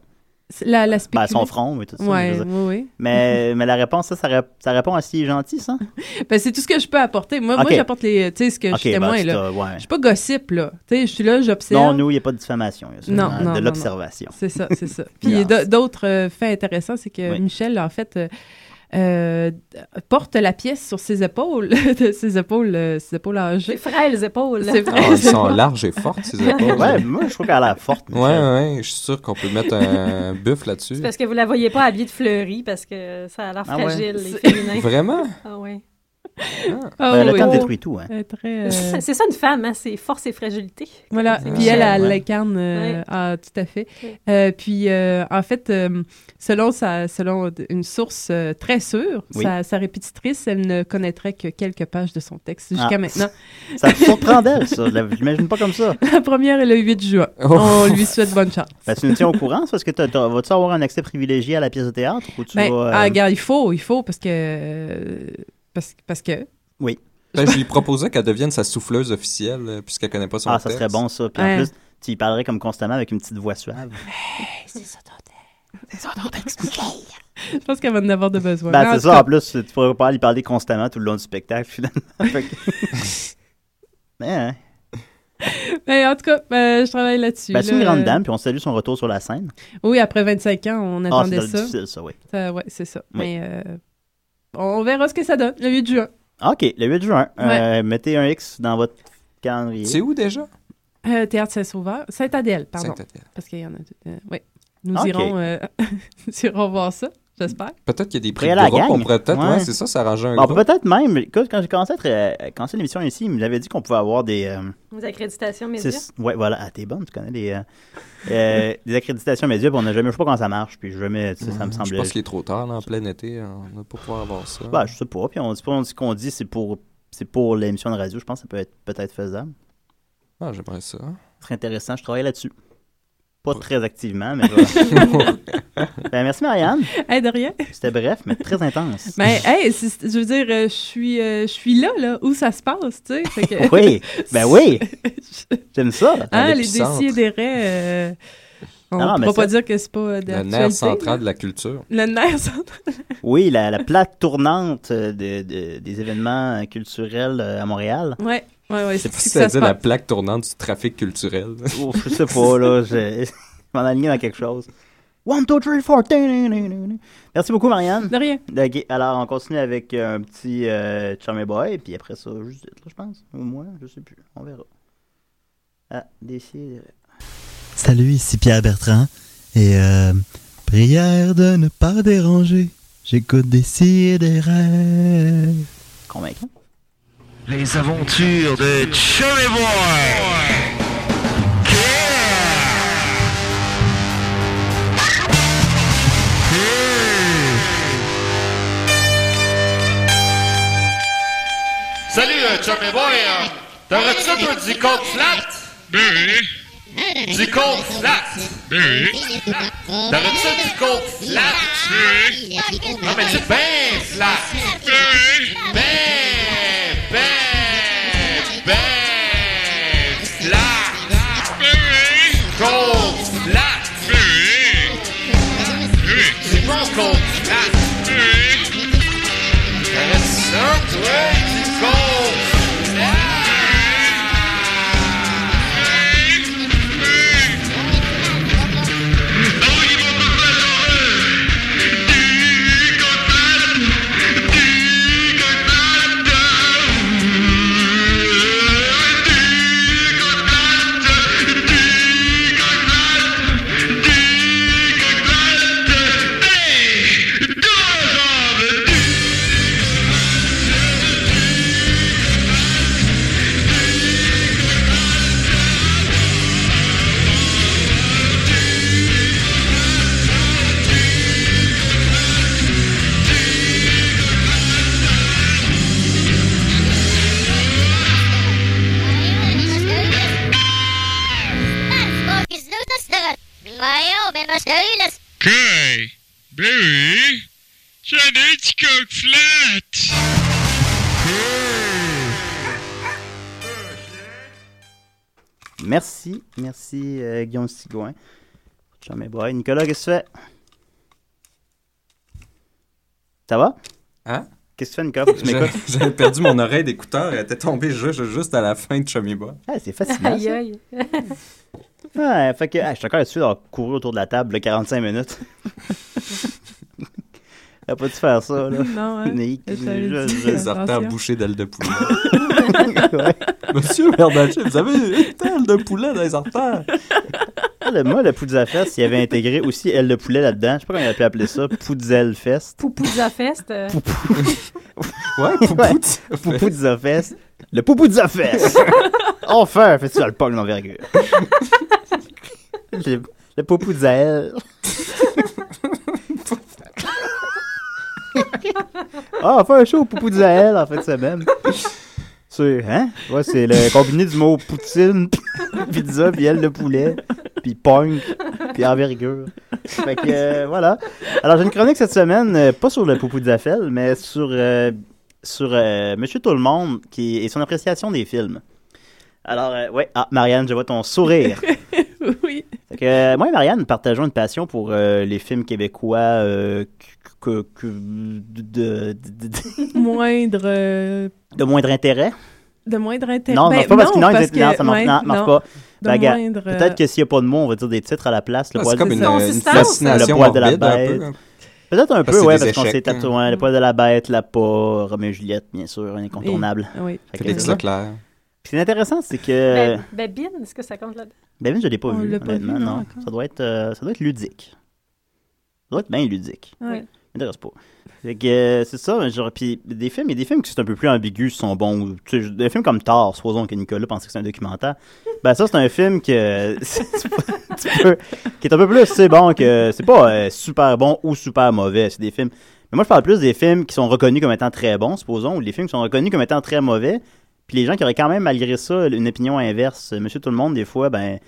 la, la
Ben, son
spéculation.
front et tout ça. je
ouais,
veux dire.
oui,
Mais, mais la réponse, ça, ça, ré- ça répond à s'il est gentil, ça.
oui. Ben, c'est tout ce que je peux apporter. Moi, moi
Ok.
j'apporte les, tu sais, ce que je suis
ben,
témoin
tu
là.
t'as- ouais.
Je suis pas gossip là. Tu sais, je suis là, j'observe.
Non, nous, il n'y a pas de diffamation. il y a seulement
Non, non,
de
non,
l'observation.
C'est ça, c'est ça. Puis
Nuance.
d- d'autres euh, faits intéressants, c'est que
Oui.
Michel, en fait, euh, euh, porte la pièce sur ses épaules, de ses épaules, euh, ses épaules
J'ai
âgées.
frêles épaules.
C'est
Ah,
vrai.
elles sont larges et fortes, ces épaules.
Oh, Ouais, moi, je trouve qu'elle a l'air forte.
Ouais,
Michel.
ouais, je suis sûr qu'on peut mettre un buff là-dessus.
C'est parce que vous la voyez pas habillée de fleurie parce que ça a l'air
Ah ouais.
fragile et
C'est-
féminin.
Vraiment?
Ah ouais.
Ah
Ben, le
oui.
temps détruit tout. Hein.
Elle est très, euh,
C'est ça une femme, hein? c'est force et fragilité.
voilà.
C'est
Puis elle,
Michel.
elle
ouais.
l'incarne euh,
Ouais.
ah, tout à fait.
Ouais.
Euh, puis, euh, en fait, euh, selon, sa, selon une source euh, très sûre,
Oui.
sa, sa répétitrice, elle ne connaîtrait que quelques pages de son texte
Ah.
jusqu'à maintenant.
Ça me surprend d'elle, ça. Je la- je l'imagine pas comme ça.
La première est le 8 juin.
Oh.
On lui souhaite bonne chance.
Ben, tu nous tiens au courant, ça? Est-ce que t'as- t'as- vas-tu avoir un accès privilégié à la pièce de théâtre ou tu
Ben,
vas, euh,
ah, regarde, il faut, il faut, parce que. euh, Parce, parce que.
Ben, je lui proposais qu'elle devienne sa souffleuse officielle, euh, puisqu'elle connaît pas son
Ah, ça
texte.
serait bon, ça. Puis
Ouais.
en plus, tu y parlerais comme constamment avec une petite voix suave.
Je pense qu'elle va en avoir de besoin. Mais
Ben,
en
c'est
tout cas,
ça. En plus, tu pourrais pas y parler constamment tout le long du spectacle, finalement. Fait que- Mais, hein.
mais en tout cas, euh, je travaille là-dessus.
Ben, c'est
là.
une grande dame, puis on salue son retour sur la scène.
Oui, après 25 ans, on
Ah,
attendait
c'est
ça.
difficile, ça, oui.
Ça, ouais, c'est ça.
Oui.
Mais euh, on verra ce que ça donne le 8 juin.
OK, le 8 juin, euh, mettez un X dans votre calendrier.
C'est où déjà?
Euh, Théâtre Saint-Sauveur. Sainte-Adèle, pardon.
Sainte-Adèle.
Parce qu'il y en a. deux. Euh, oui. Nous,
Ok.
irons, euh, nous irons voir ça, j'espère.
Peut-être qu'il y a des prix
Prêt à
de
la
groupe,
gang.
on pourrait peut-être, ouais,
Ouais.
c'est ça, s'arranger un
Bon,
groupe.
peut-être même, écoute, quand j'ai commencé à tra- à commencer l'émission ici, il me l'avait dit qu'on pouvait avoir des. euh,
Vos accréditations
c'est-
médias.
ouais, voilà, ah, t'es bonne, tu connais des, euh, euh, des accréditations médias, puis on n'a jamais, je sais pas comment ça marche, puis jamais, tu sais, ça me
Hmm, Je
semblait.
pense qu'il est trop tard, là, en plein été, hein, on va pas pouvoir avoir ça.
Bah, je sais pas, puis on, c'est pas- ce qu'on dit, c'est pour, c'est pour l'émission de radio, je pense que ça peut être peut-être faisable.
Ah, j'aimerais ça.
Ce serait intéressant, je travaille là-dessus. Pas très activement, mais voilà. Ben, merci Marianne,
Hey, de rien.
c'était bref, mais très intense.
Mais, hey, c'est- je veux dire, euh, je suis, euh, je suis là, là, où ça se passe, tu sais. Fait que-
Oui, ben oui, j'aime ça.
Hein,
Dans
les
l'épicentre.
décis et des raies, euh, on
Non,
ne
Ah, mais
pourra
ça-
pas dire que c'est pas de
Le nerf
l'actualité,
central
là.
de la culture.
Le nerf central.
Oui, la, la plate tournante euh, de- de- des événements euh, culturels euh, à Montréal.
Ouais, ouais, ouais. C'est
C'est
ici
ça
que ça
à
se
dire la
passe.
plaque tournante du trafic culturel.
Oh, je sais pas, là, je, je m'en aligne dans quelque chose. One, two, three, four. tin-nin-nin-nin-nin. Merci beaucoup, Marianne.
De rien.
Ok, Alors, on continue avec un petit euh, Charmy Boy, puis après ça, juste là, je pense. Au moins, je sais plus. On verra. Ah, décidé.
Salut, ici Pierre Bertrand. Et euh, prière de ne pas déranger. J'écoute des si et des rêves.
Convaincant.
Les aventures de Chummy Boy. Salut, Chummy Boy. euh, T'aurais-tu ça, toi, du coke flat? Ben oui. Du coke flat? Ben oui. T'aurais-tu ça, du coke flat? Non, mais tu ben flat. Ben, ben, ben flat. Coke flat. Ben C'est bon, coke flat. T'aurais-tu ça, toi, du coke flat?
Merci, merci euh, Guillaume Sigouin. Charmy Boy. Nicolas, qu'est-ce que tu fais? Ça va?
Hein?
Qu'est-ce que tu fais, Nicolas? Faut que tu
J'avais
m'écoutes.
j'avais perdu mon oreille d'écouteur, elle était tombée ju- ju- juste, à la fin de Chummy Boy.
Ah, c'est fascinant.
Aïe, aïe.
Ouais, fait que ah, je suis encore dessus d'avoir couru autour de la table là, 45 minutes. T'as pas dû faire ça, là.
Non, hein.
Nick,
Je t'avais
je-
dit.
je-
Les artères
Attention.
bouchées d'ailes de poulet.
Ouais.
Monsieur Bernatchez, vous avez une aile de poulet dans les artères.
Ah, le- moi, le Poudzafest, Fest, il avait intégré aussi Elle le poulet là-dedans. Je sais pas comment il a pu appeler ça. Poudzel Fest.
Poupouza Fest. euh,
Ouais,
Ouais.
poupou. tu-
Poupoudza Fest. Le Poupoudza Fest. enfin, un festival punk d'envergure. le le Poupoudza elle. ah, on fait un show au Poupoudza elle en fait de semaine. C'est, hein? Ouais, c'est le combiné du mot poutine, pizza, puis elle le poulet, puis punk, puis envergure. Fait que, euh, voilà. Alors, j'ai une chronique cette semaine, euh, pas sur le Poupoudza Fest, mais sur euh, sur euh, Monsieur Tout le Monde qui et son appréciation des films. Alors, euh, ouais, ah, Marianne, je vois ton sourire.
Oui.
Fait que, euh, moi et Marianne partageons une passion pour euh, les films québécois euh, que- que- que- de, de- de-
Moindre. euh,
de moindre intérêt.
de moindre intérêt.
Non,
Ben,
non, pas parce que non,
parce
exact- non, ça marche,
ouais,
non, marche pas.
De
Ben, gars,
moindre, euh,
Peut-être que s'il n'y a pas de mots, on va dire des titres à la place. Le
Ah,
poil-
C'est comme
c'est
une,
ça.
une
Consistance.
fascination
hein. Le poids de la
morbide, un peu. hein.
bête. Peut-être un
Parce
peu,
que
ouais,
Ah,
parce
c'est des
qu'on s'est
échecs,
tatoué hein, le poil de la bête, la pas, Roméo et Juliette, bien sûr, incontournable.
Ah Oui.
Fait que-
Félix
Euh,
Leclerc.
Puis C'est intéressant, c'est que.
Ben, Babine, est-ce que ça compte là-dedans?
Babine, Ben, je ne l'ai pas
on
vu,
l'a pas
honnêtement,
vu, non,
non.
encore.
Ça, doit être, euh, ça doit être ludique. Ça doit être bien ludique.
Ouais.
m'intéresse pas. Fait que, euh, c'est ça, genre, puis des films, il y a des films qui sont un peu plus ambigus, sont bons. Tu sais, des films comme Thor, supposons que Nicolas pensait que c'est un documentaire. Ben ça, c'est un film que tu peux- tu peux- qui est un peu plus, c'est bon, que c'est pas euh, super bon ou super mauvais. C'est des films. Mais moi, je parle plus des films qui sont reconnus comme étant très bons, supposons, ou des films qui sont reconnus comme étant très mauvais. Puis les gens qui auraient quand même, malgré ça, une opinion inverse. Monsieur Tout-le-Monde, des fois, ben,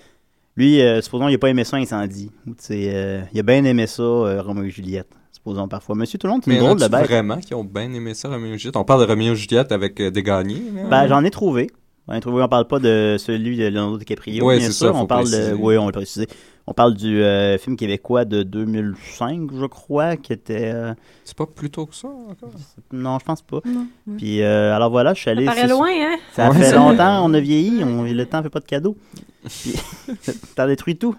lui, euh, supposons, il n'a pas aimé ça, Incendie. Ou, tu sais, euh, il a bien aimé ça, euh, Roméo et Juliette. Supposons parfois. Monsieur Tout le monde, c'est
Mais
une drôle de
y'en a-tu
bête.
vraiment qui ont bien aimé ça, Roméo et Juliette. On parle de Roméo et Juliette avec euh, des gagnés.
Ben, j'en ai trouvé. J'en ai trouvé. On parle pas de celui de Leonardo DiCaprio.
Ouais,
bien
c'est
sûr.
ça, faut
on parle
préciser.
de. Oui, on le précisé. On parle du euh, film québécois de 2005, je crois, qui était. euh,
C'est pas plus tôt que ça, encore?
Non, je pense pas.
Non, ouais.
Puis, euh, alors voilà, je suis
Ça
allé.
paraît
c'est-
loin, hein?
Ça
Ouais,
fait
ça-
longtemps, on a vieilli, on, le temps fait pas de cadeaux. Puis, T'as détruit tout.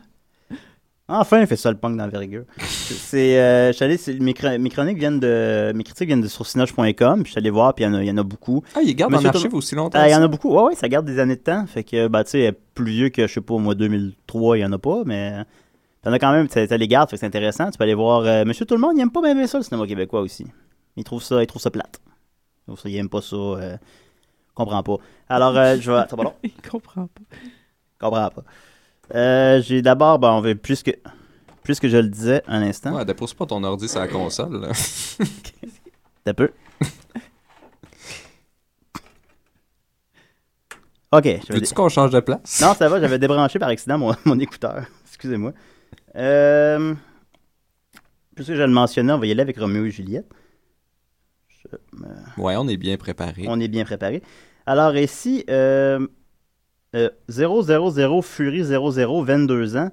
Enfin, il fait ça le punk d'envergure. C'est, euh, je suis allé, c'est- mes, chron- mes chroniques viennent de, mes critiques viennent de sourcinoche.com, puis je suis allé voir, puis il y en a- il y, en a beaucoup.
Ah, ils gardent en
Monsieur
archive aussi longtemps.
Ah, il y en a
ça?
beaucoup. Ouais, ouais, ça garde des années de temps. Fait que, bah, tu sais, plus vieux que, je sais pas, moi, 2003, il y en a pas, mais euh, t'en as quand même, ça ça les garde, fait que c'est intéressant. Tu peux aller voir, euh, Monsieur Tout le monde, il aime pas bien bien ça, le cinéma québécois aussi. Il trouve ça, il trouve ça plate. Il trouve ça, il aime pas ça, euh, comprend pas. Alors, euh, je vais, c'est pas long?
Il comprend pas.
comprends pas. Euh, j'ai d'abord, ben, on veut plus que, plus que je le disais un instant,
Ouais, dépose pas ton ordi sur la console. là.
t'as peu. Ok, je vais
Veux-tu qu'on change de place?
Non, ça va, j'avais débranché par accident mon, mon écouteur. Excusez-moi. Euh, puisque je le mentionnais, on va y aller avec Roméo et Juliette.
Ouais, on est bien préparé.
On est bien préparé. Alors ici, euh, euh, 000 Fury 00, 22 ans.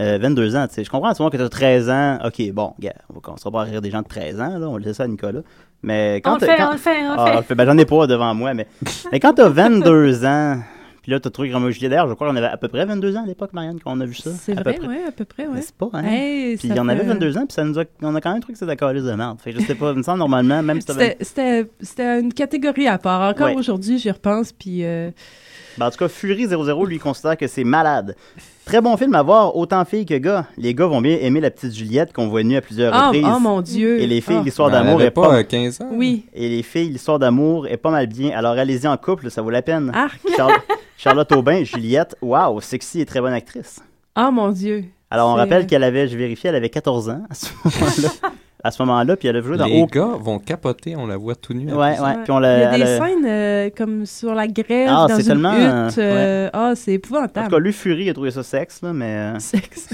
Euh, 22 ans, tu sais. Je comprends à ce moment que tu as 13 ans. Ok, bon, gars, on va commencer pas à rire des gens de 13 ans, là. On le laisse ça à Nicolas. Mais quand
on le
t'as-
fait,
quand-
on le fait, on le
Ah,
fait.
on le fait. Ben, j'en ai pas devant moi, mais. mais quand t'as 22 ans, puis là, t'as trouvé Roméo et Juliette. D'ailleurs, je crois qu'on avait à peu près 22 ans à l'époque, Marianne, quand on a vu ça.
C'est
À peu
vrai,
près.
ouais, à peu près, ouais.
N'est-ce pas, hein?
Hey,
Puis
ça
il y en avait
fait- euh,
22 ans, puis ça nous a, on a quand même trouvé que c'était la calice de merde. Fait que je sais pas, il me semble normalement, même si t'as
C'était- C'était c'était une catégorie à part. Encore
Ouais.
aujourd'hui, j'y repense, puis euh,
Ben, en tout cas, Fury 00 lui considère que c'est malade. Très bon film à voir, autant filles que gars. Les gars vont bien aimer la petite Juliette qu'on voit nue à plusieurs
Ah,
reprises.
ah, mon Dieu.
Et les filles,
Ah.
l'histoire
Ben, elle
d'amour
avait
est pas.
pas euh, 15 ans.
Oui.
Et les filles, l'histoire d'amour est pas mal bien. Alors allez-y en couple, ça vaut la peine.
Arc.
Charl- Charlotte Aubin, Juliette, waouh, sexy et très bonne actrice.
Ah, mon Dieu.
Alors on
C'est-
rappelle qu'elle avait, je vérifiais, elle avait 14 ans à ce moment-là. à ce moment-là, puis elle a joué dans
Les
aucun.
gars vont capoter, on la voit tout nue.
Ouais, ouais. Puis on
Il y
l'a.
a des
elle a-
scènes euh, comme sur la grève,
Ah,
dans
c'est
une
tellement,
hutte.
euh,
euh, Ah, c'est
En tout cas,
épouvantable.
lui, Fury a trouvé ça sexe, là, mais. euh,
Sexe.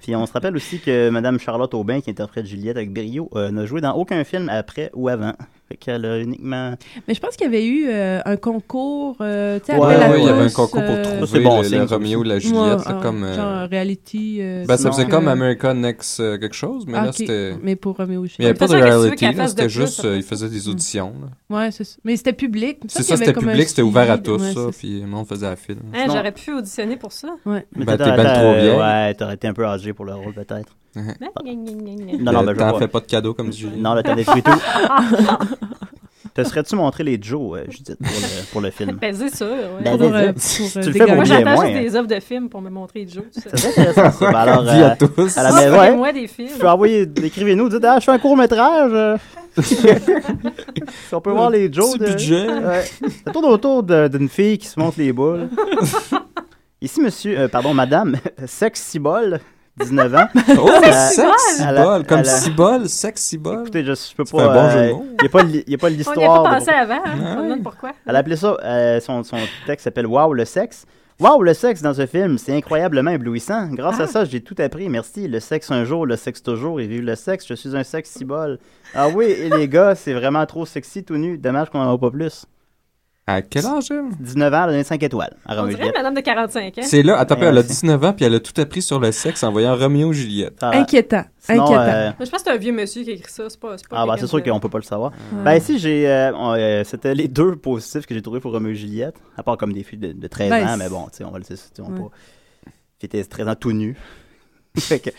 Puis on se rappelle aussi que Madame Charlotte Aubin, qui interprète Juliette avec Brio, euh, n'a joué dans aucun film après ou avant. Fait qu'elle a uniquement.
Mais je pense qu'il y avait eu euh, un concours. euh, tu sais,
Ouais,
après la
ouais,
il y avait un
course,
concours pour
euh,
Ça,
trouver
c'est bon
le,
signe,
le
ça
Roméo ou la
ouais,
Juliette. là,
ah,
comme, euh,
Genre reality. euh,
ben, ça
sinon,
faisait
euh,
comme American Next euh, quelque chose, mais
ah,
là,
ok.
c'était...
Mais pour Roméo et
Mais il n'y avait
Juliette.
pas de
C'est ça, qu'est-ce que tu veux
reality,
qu'elle
là,
fasse de
c'était
plus,
juste,
après
euh,
ça?
ils faisaient des auditions. là.
Ouais, c'est ça. Mais c'était public. Il me
C'est
semble qu'il
ça,
y avait
c'était
comme un
public, c'était ouvert à
suivi de-
tous,
ouais,
ça,
c'est
puis le monde faisait la file.
Hein,
Sinon-
J'aurais pu auditionner pour ça.
Ouais.
Mais
Ben,
t'as-
t'es ben
t'as-
trop vieille.
Ouais, t'aurais été un peu âgé pour le rôle, peut-être.
Hein? Gna, gna, gna, gna.
Non, non, ben, je vois
Le temps
pas.
fait pas de cadeau comme Juliette.
Non, le temps détruit tout. Te serais-tu montré les Joe, euh, Judith, pour le, pour le film?
Ben, c'est sûr, ouais.
Ben,
Pour,
Vas-y,
euh,
vas-y.
pour, euh,
Tu
Moi,
le fais pour
dégager-
bien,
j'attends
moi,
juste
hein.
des offres de films pour me montrer Joe. Ça
C'est intéressant, ça. Ben, alors,
Dis
euh,
à tous.
à la
Ça,
maison, hein,
moi des films.
je peux envoyer, écrivez-nous, dites, ah, je fais un court-métrage. euh. Si on peut voir les Joe.
Petit
de-
budget.
Ouais. Ça tourne autour de- d'une fille qui se monte les boules. Ici, monsieur, euh, pardon, madame, sexy bol, 19 ans.
Oh,
la-
sexy
à la-
bol! Comme
à la-
sexy bol, sexy bol.
Écoutez, je, je peux
C'est
pas.
un
euh,
bon jeu de mots.
Il n'y a pas, li- y a pas
On n'y a
l'histoire.
pas
de-
pensé avant. Hein? Je me
Ouais.
demande pourquoi.
Elle appelait ça, euh, son, son texte s'appelle Wow le sexe. Wow le sexe dans ce film, c'est incroyablement éblouissant. Grâce
Ah.
à ça, j'ai tout appris, merci. Le sexe un jour, le sexe toujours, et vive le sexe, je suis un sexy bol. Ah oui, et les gars, c'est vraiment trop sexy tout nu. Dommage qu'on n'en a pas plus.
À quel âge, elle?
19 ans, elle a donné 5 étoiles à
On
Roméo et
dirait une
Juliette.
madame de 45 ans.
C'est là, attends,
Ouais,
elle a
c'est-
19 ans, puis elle a tout appris sur le sexe en voyant Roméo et Juliette.
Ça,
Inquiétant.
Ah, sinon,
Inquiétant.
euh,
Mais Ben, Je pense que c'est un vieux monsieur qui a écrit ça. C'est pas, c'est pas
Ah bah
quelqu'un
c'est sûr
de-
qu'on peut pas le savoir. Ben ici j'ai euh, on, euh, c'était les deux positifs que j'ai trouvé pour Roméo et Juliette, à part comme des filles de, de 13
Ben,
ans,
c'est-
mais bon, tu sais, on va le laisser, on va
Ouais.
pas. Qui étaient 13 ans tout nus. fait que,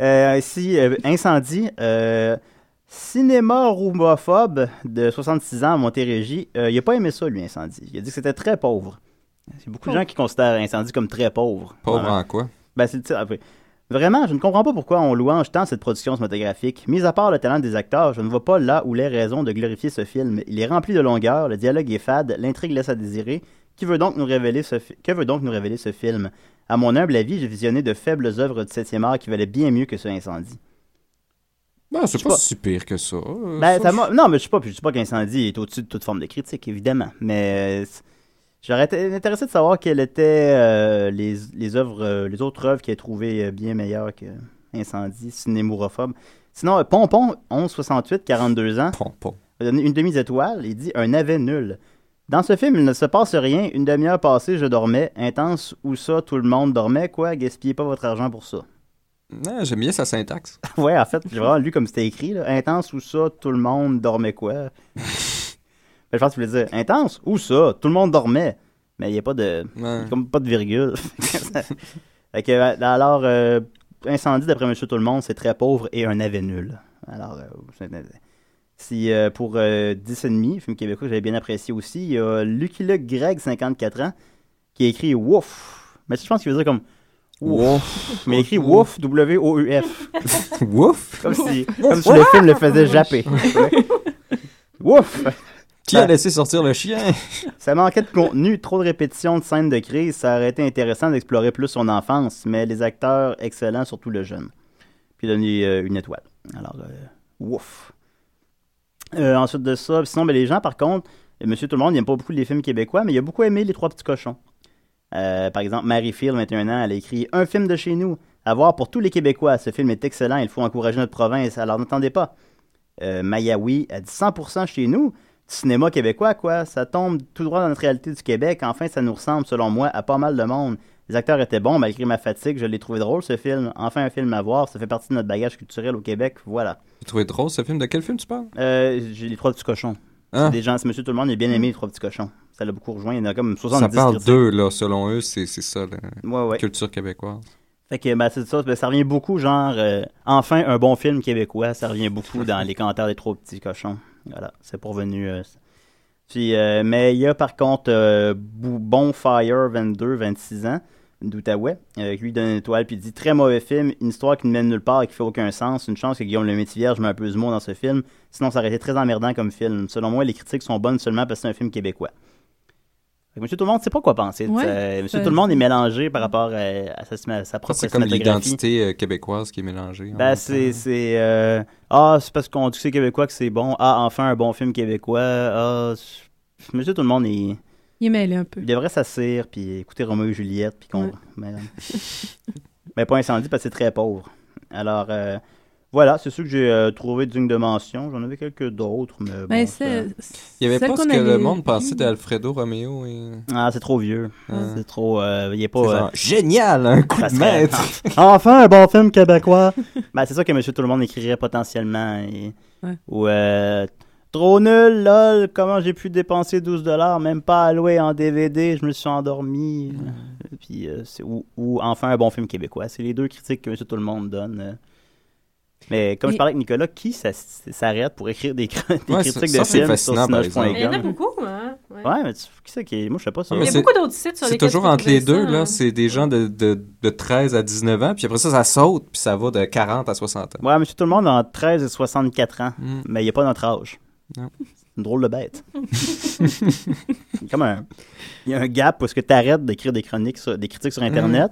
euh, ici euh, incendie euh, cinéma roumophobe de 66 ans à Montérégie, Euh, il a pas aimé ça lui incendie. Il a dit que c'était très pauvre. C'est beaucoup de gens qui considèrent incendie comme très pauvre.
Pauvre
Ah.
en quoi?
Ben, c'est le titre, après. Vraiment, je ne comprends pas pourquoi on louange tant cette production cinématographique. Mis à part le talent des acteurs, je ne vois pas là où les raisons de glorifier ce film. Il est rempli de longueur, le dialogue est fade, l'intrigue laisse à désirer. Qui veut donc nous révéler ce fi- que veut donc nous révéler ce film À mon humble avis, j'ai visionné de faibles œuvres du 7e art qui valaient bien mieux que ce incendie.
Non, Ben, c'est
Je
pas,
sais pas.
si pire que ça. Euh,
Ben,
ça,
ça m'a- Non, mais je sais pas, puis je sais pas qu'incendie est au-dessus de toute forme de critique, évidemment. Mais euh, c'est- j'aurais été intéressé de savoir quelles étaient euh, les, les œuvres, euh, les autres œuvres qui a trouvées euh, bien meilleures que Incendie, cinémourophobe. Sinon, euh, Pompon, 1168, 42 ans,
Pom, pom.
a donné une demi-étoile et dit un navet nul. Dans ce film, il ne se passe rien. Une demi-heure passée, je dormais. Intense ou ça, tout le monde dormait, quoi. Gaspillez pas votre argent pour ça.
Non, J'aime bien sa syntaxe.
Ouais, en fait, j'ai vraiment lu comme c'était écrit. Là. Intense ou ça, tout le monde dormait quoi? Ben, je pense que vous voulez dire intense ou ça, tout le monde dormait. Mais il n'y a pas de.
Ouais.
il y a Comme pas de virgule. Fait que, euh, alors, euh, incendie d'après Monsieur Tout le monde, c'est très pauvre et un navet nul. Alors, euh, c'est- si euh, pour euh, 10 et demi, film québécois que j'avais bien apprécié aussi, il y a Lucky Luke Greg, 54 ans, qui a écrit Wouf. Mais je pense qu'il veut dire comme Wouf. Mais il écrit Wouf, W-O-U-F.
Wouf!
Comme si, comme si le film le faisait japper. Ouf!
Qui
Ben.
a laissé sortir le chien?
Ça manquait de contenu, trop de répétitions de scènes de crise. Ça aurait été intéressant d'explorer plus son enfance, mais les acteurs excellents, surtout le jeune. Puis donner euh, une étoile. Alors, euh, ouf! Euh, ensuite de ça, sinon, ben, les gens, par contre, euh, Monsieur Tout le Monde n'aime pas beaucoup les films québécois, mais il a beaucoup aimé Les Trois Petits Cochons. Euh, par exemple, Mary Field, 21 ans, elle a écrit Un film de chez nous, à voir pour tous les Québécois. Ce film est excellent, il faut encourager notre province, alors n'attendez pas. Euh, Mayawi a dit 100% chez nous, du cinéma québécois, quoi. Ça tombe tout droit dans notre réalité du Québec. Enfin, ça nous ressemble, selon moi, à pas mal de monde. Les acteurs étaient bons, malgré ma fatigue. Je l'ai trouvé drôle, ce film. Enfin, un film à voir. Ça fait partie de notre bagage culturel au Québec. Voilà.
J'ai trouvé drôle ce film. De quel film tu parles?
Euh, J'ai les trois petits cochons.
Hein? Mm.
C'est Des gens, c'est monsieur tout le monde, il a bien aimé les trois petits cochons. Ça l'a beaucoup rejoint. Il y en a comme 70
Ça parle
critiques.
d'eux, là, selon eux, c'est c'est ça, la
Ouais, ouais.
culture québécoise.
Fait que ben, c'est ça, ben, ça revient beaucoup, genre, euh, enfin un bon film québécois, ça revient beaucoup dans les commentaires des trop petits cochons. Voilà, c'est pourvenu. euh, ça. Puis, euh, mais il y a par contre euh, Bou- Bonfire 22, 26 ans, d'Outaouais, euh, qui lui donne une étoile, puis il dit Très mauvais film, une histoire qui ne mène nulle part et qui fait aucun sens. Une chance que Guillaume le Métivier met un peu de mot dans ce film, sinon ça aurait été très emmerdant comme film. Selon moi, les critiques sont bonnes seulement parce que c'est un film québécois. Fait que Monsieur Tout le monde sait pas quoi penser.
Ouais,
Euh, Monsieur
ça-
Tout le monde est mélangé par rapport euh, à, sa, à sa
Je pense
propre
que C'est comme
cinématographie.
l'identité euh, québécoise qui est mélangée. hein. en
Ben,
même
c'est.
temps.
c'est, euh, Ah, c'est parce qu'on dit que c'est québécois que c'est bon. Ah, enfin, un bon film québécois. Ah, c'est- monsieur, tout le monde, il,
Il est mêlé un peu.
il devrait s'assire, puis écouter Roméo et Juliette, puis qu'on.
Ouais.
Mais, mais pas incendie, parce que c'est très pauvre. Alors, euh, voilà, c'est sûr que j'ai euh, trouvé digne de mention. J'en avais quelques d'autres, mais.
Ben,
bon,
c'est-
Il n'y avait
celle
pas ce
qu'on
que
avait
le monde pensait
vue.
d'Alfredo Romeo. Et...
ça- Ah, c'est trop vieux.
Hein.
C'est trop. euh, il est pas.
C'est
euh,
genre, Génial, un coup
Ça
de
serait-
Ah,
maître!
Enfin, un bon film québécois. ben, c'est ça que Monsieur Tout le Monde écrirait potentiellement. et-
Ouais.
Ou euh, trop nul, lol. Comment j'ai pu dépenser 12 dollars, même pas alloué en DVD, je me suis endormi. Puis euh, c'est- ou, ou enfin un bon film québécois. C'est les deux critiques que Monsieur Tout le Monde donne. euh. Mais comme je
Et-
parlais avec Nicolas, qui s'as- s'arrête pour écrire des, cr- des
Ouais, ça-
critiques
ça,
de
c'est
films sur
fascinant, par
cinoche.com?
Il y en a beaucoup, hein? Ouais.
Ouais, mais tu- qui c'est qui est- Moi, je sais pas ça.
Ouais,
Il y
mais
a
c'est-
beaucoup d'autres sites sur
C'est
lesquels
toujours
tu peux
entre les
trouver
deux,
ça,
là.
hein.
C'est des gens de, de, de 13 à 19 ans, puis après ça, ça saute, puis ça va de 40 à 60 ans.
Ouais, Monsieur Tout le Monde a entre 13 et 64 ans.
Mm.
Mais il n'y a pas notre âge.
Non.
C'est une drôle de bête. Il y a comme un, il y a un gap parce que tu arrêtes d'écrire des chroniques, sur- des critiques sur Internet.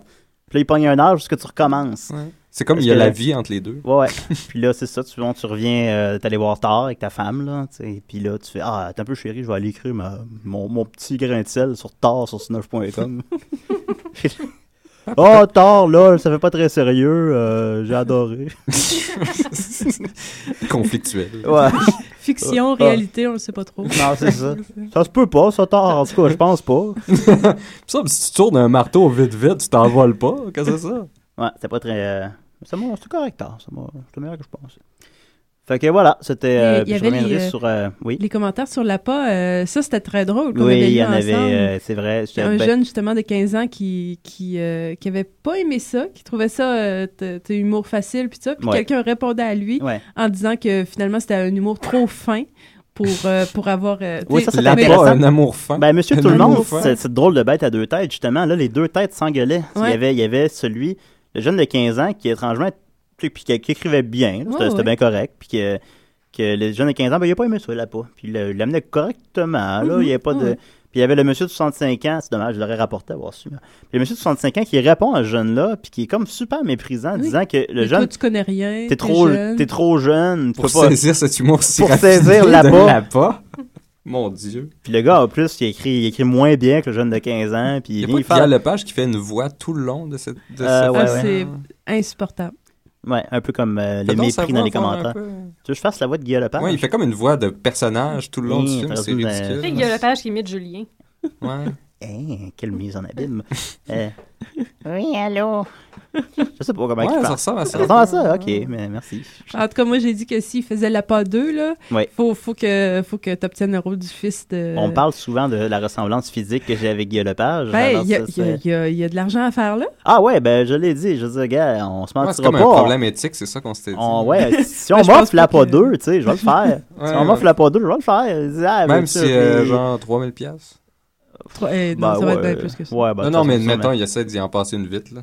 Puis là, il pogne un âge parce que tu recommences.
Mm. Ouais. C'est comme
Parce
il y a
que-
la vie entre les deux.
Ouais, ouais. puis là, c'est ça. Tu, bon, tu reviens, euh, t'es allé voir tard avec ta femme, là. tu sais, Puis là, tu fais Ah, t'es un peu chérie, je vais aller écrire ma- mon, mon petit grain de sel sur tard sur snuff.com. oh, tard, là, ça fait pas très sérieux. euh, J'ai adoré.
Conflictuel.
Ouais.
Fiction,
Ah.
réalité, on le sait pas trop.
Non, c'est ça. Ça se peut pas, ça tard. En tout cas, je pense pas.
Ça, si tu tournes un marteau vite-vite, tu t'envoles pas. Qu'est-ce que c'est ça?
Ouais, c'était pas très. euh, Ça m'a. C'était correct, hein. Ça m'a- C'était meilleur que je pensais. Fait que voilà, c'était. euh,
Il y
puis je
avait les,
reviendrai
euh,
sur. euh, oui.
Les commentaires sur l'APA, euh, ça, c'était très drôle. qu'on
Oui,
avait
il y
lu
en avait.
ensemble.
euh, c'est vrai.
Il y
c'était
a un
ben-
jeune justement de 15 ans qui qui, euh, qui avait pas aimé ça, qui trouvait ça euh, t- t- humour facile puis ça, puis
Ouais.
quelqu'un répondait à lui
Ouais.
en disant que finalement c'était un humour trop fin pour, euh, pour avoir. euh, tu
Oui,
sais,
ça, ça
mais-
t'appelle pas un amour fin.
Ben, Monsieur
Un
Tout le monde,
amour fin.
cette cette drôle de bête à deux têtes, justement, là, les deux têtes s'engueulaient. Il,
Ouais.
y avait, il y avait celui, le jeune de 15 ans, qui étrangement, tu sais, puis qui, qui écrivait bien, là, c'était
Ouais,
c'était
ouais.
bien correct, puis que, que le jeune de 15 ans, ben, il a pas aimé ça, il l'a pas. Puis il l'a- il l'amenait correctement, là, il y avait pas de...
Mhm, ouais.
Puis il y avait le monsieur de 65 ans, c'est dommage, je l'aurais rapporté à voir su. mais- Puis le monsieur de 65 ans qui répond à ce jeune-là, puis qui est comme super méprisant,
Oui.
disant que le
mais toi,
jeune,
tu connais rien.
t'es trop,
jeune.
t'es trop jeune, tu
Pour
peux pas...
saisir cet humour si
Pour
rapidement
saisir
de
l'appât.
l'appât. Mon Dieu.
Puis le gars, en plus, il écrit, il écrit moins bien que le jeune de 15 ans, puis il
Il
vient
n'y a
faire-
pas Pierre Lepage qui fait une voix tout le long de cette. De
Euh,
cette-
ouais,
Ah,
ouais.
c'est insupportable.
Ouais, un peu comme euh, le
Fait donc sa
mépris
voix
dans les
avoir un
commentaires.
peu-
Tu veux que je fasse la voix de Guillaume Lepage?
Ouais, il fait comme une voix de personnage tout le long
Oui,
du film.
t'as
C'est
raison,
ridicule.
Tu
mais-
sais, il y a le page qui imite Julien.
Ouais.
Hein, quelle mise en abîme. Euh, Oui, allô? Je sais pas comment Bah, il
Ouais, ça
parle.
ressemble à
Ça
ça.
ressemble à ça, ok, mais merci.
En tout cas, moi, j'ai dit que s'il faisait la pas 2, là,
Ouais.
faut, faut que, faut que tu obtiennes le rôle du fils de.
On parle souvent de la ressemblance physique que j'ai avec Guillaume Lepage.
Euh. Ben,
alors
il y, a-
ça,
il y a-
c'est-
il y a- il y a de l'argent à faire là.
Ah ouais, ben je l'ai dit, je dis, gars, on se
Ouais,
mentira
c'est comme
pas.
un problème éthique, c'est ça qu'on s'était dit.
On- ouais, si on
Ben, je pense
m'offre la
pas
pas
que-
2, tu sais, je vais le faire.
Ouais,
si on m'offre
ouais.
la pas 2, je vais le faire. Je dis, ah,
Même
veux-tu
si,
un
euh,
prix?
genre, 3000 piastres.
Trois- eh, non,
Ben,
ça va
ouais,
être bien plus que ça.
ouais, ben,
Non,
de
non,
toute
mais
façon,
mettons, il essaie d'y en passer une vite, là.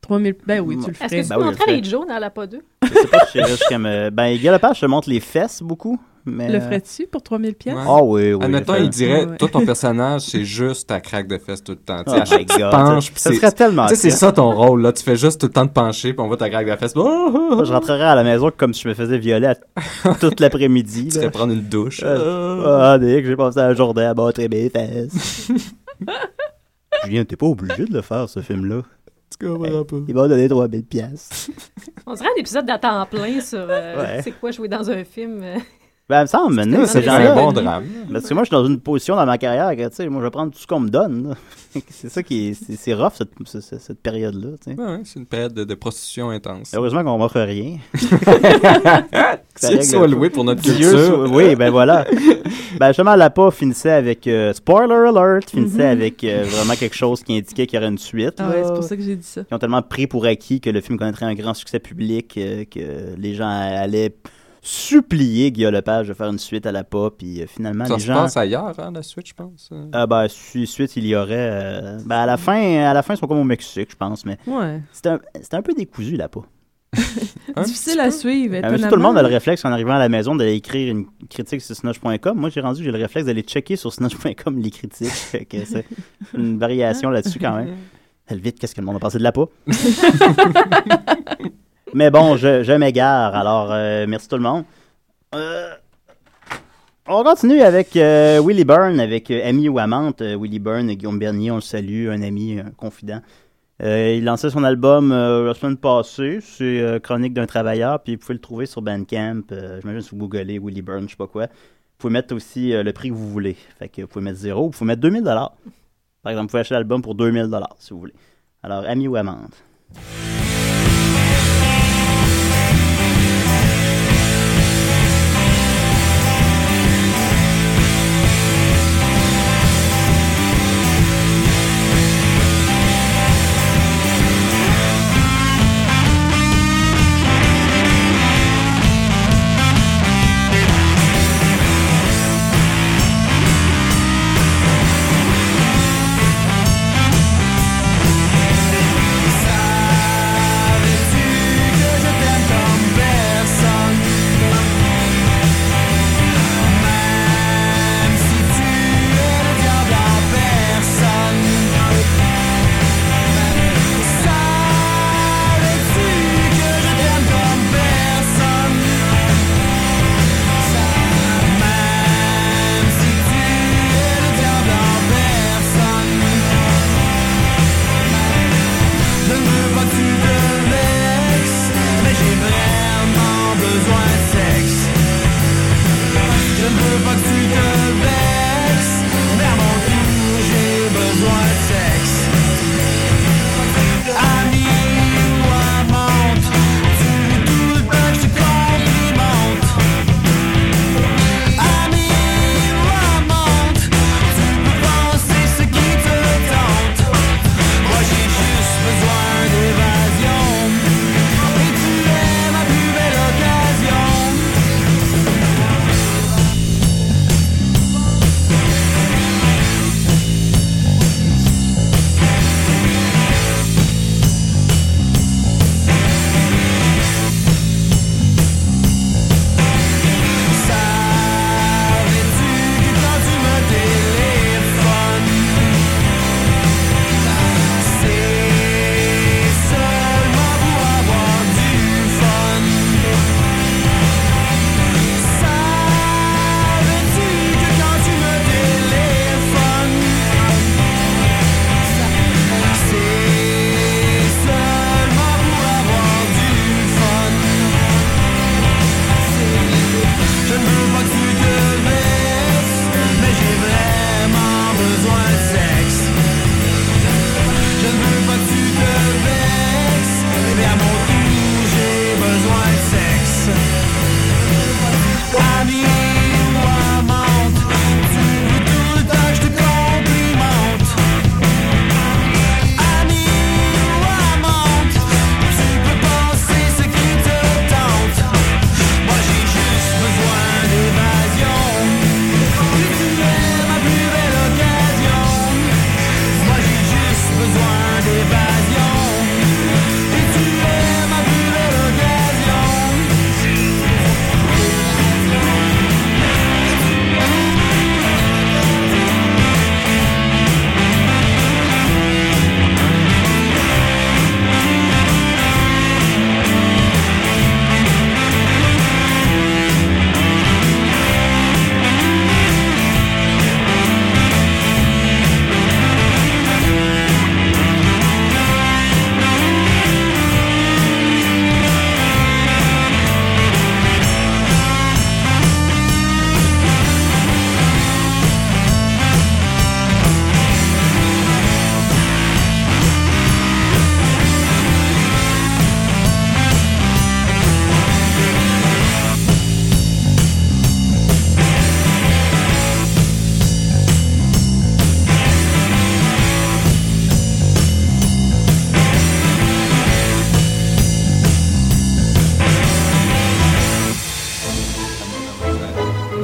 3000. Ben oui, tu
Est-ce
le
que
ferais.
tu
Ben oui,
montrais
je fais.
les Joe dans la pas 2?
Je sais pas, je suis- je suis comme. euh, ben, Guy Lepage se montre les fesses beaucoup. Mais... euh,
Le ferais-tu pour 3000 pièces
Ouais.
Ah oui, oui.
Admettons,
je fais-
il dirait,
Ouais.
toi, ton personnage, c'est juste ta craque de fesses tout le temps. Tu sais,
Oh
à chaque
my
fois que tu
God.
penches, puis
Ça
c'est-
serait tellement.
Tu sais, c'est
triste.
ça ton rôle, là. Tu fais juste tout le temps de pencher, puis on voit ta craque de fesses. Oh, oh, oh.
Je rentrerais à la maison comme si je me faisais violer à- toute l'après-midi.
Tu
là.
serais prendre une douche.
Euh, Ah, dès que j'ai pensé à Jordan à battre mes fesses. Julien, t'es pas obligé de le faire, ce film-là.
Tu comprends pas.
Il m'a donné 3000 piastres.
On dirait un épisode d'à temps plein sur euh,
Ouais.
c'est quoi jouer dans un film. euh.
Ben, il me semble, maintenant,
tellement
ces
C'est
bizarre.
gens-là.
un bon drame.
Parce que moi, je suis dans une position dans ma carrière que, tu sais, moi, je vais prendre tout ce qu'on me donne. là. c'est ça qui est. C'est, c'est rough, cette, ce- ce- cette période-là, tu sais.
Ouais, ouais, c'est une période de, de prostitution intense.
Heureusement qu'on m'offre rien. Ça
C'est
règle
soit
le-
loué pour notre
Dieu soit-
culture.
oui, ben voilà. Ben justement, la pas finissait avec euh, spoiler alert, finissait avec euh, vraiment quelque chose qui indiquait qu'il y aurait une suite.
Ah Mhm. ouais,
là.
Euh,
c'est pour ça que j'ai dit ça.
Ils ont tellement pris pour acquis que le film connaîtrait un grand succès public euh, que les gens allaient supplier Guillaume Lepage de faire une suite à la pas, puis euh, finalement
Ça
les
se
gens.
passe ailleurs, hein, la suite, je pense. euh.
Ah ben, su- suite, il y aurait. euh, ben, à la fin, à la fin, ils sont comme au Mexique, je pense, mais
Ouais.
c'était un, c'était un peu décousu, la pas.
Un
Difficile à suivre.
Ah, mais si
étonnamment.
tout le monde a le réflexe en arrivant à la maison d'aller écrire une critique sur snosh.com. Moi, j'ai rendu, j'ai le réflexe d'aller checker sur snosh.com les critiques. Fait que c'est une variation là-dessus quand même. Elle vite, qu'est-ce que le monde a pensé de la peau? mais bon, je, je m'égare. Alors, euh, merci tout le monde. Euh, on continue avec euh, Willy Byrne, avec euh, ami ou amante. Euh, Willy Byrne, Guillaume Bernier, on le salue, un ami, un confident. Euh, il lançait son album euh, la semaine passée, c'est euh, Chronique d'un travailleur, puis vous pouvez le trouver sur Bandcamp. Euh, J'imagine si vous googlez Willy Burns, je sais pas quoi. Vous pouvez mettre aussi euh, le prix que vous voulez. Fait que vous pouvez mettre zéro, vous pouvez mettre 2000 Par exemple, vous pouvez acheter l'album pour 2000 si vous voulez. Alors, ami ou amende.
Salut,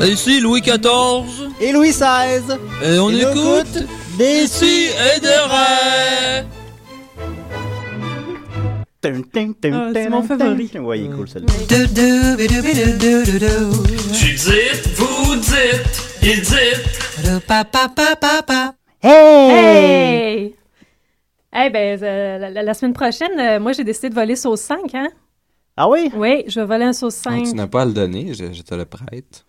Ici Louis XIV.
Et Louis XVI.
Et Euh, on
Et nous
écoute.
Déçu
et de
c'est
mon favori.
Ouais, il est cool celui-là.
Tu dites, vous dites, ils dites.
Hey! Hey! ben, euh, la, la- la semaine prochaine, euh, moi, j'ai décidé de voler sauce 5, hein?
Ah oui?
Oui, je vais voler un sauce 5.
Ah, tu n'as pas à le donner, je, je te le prête.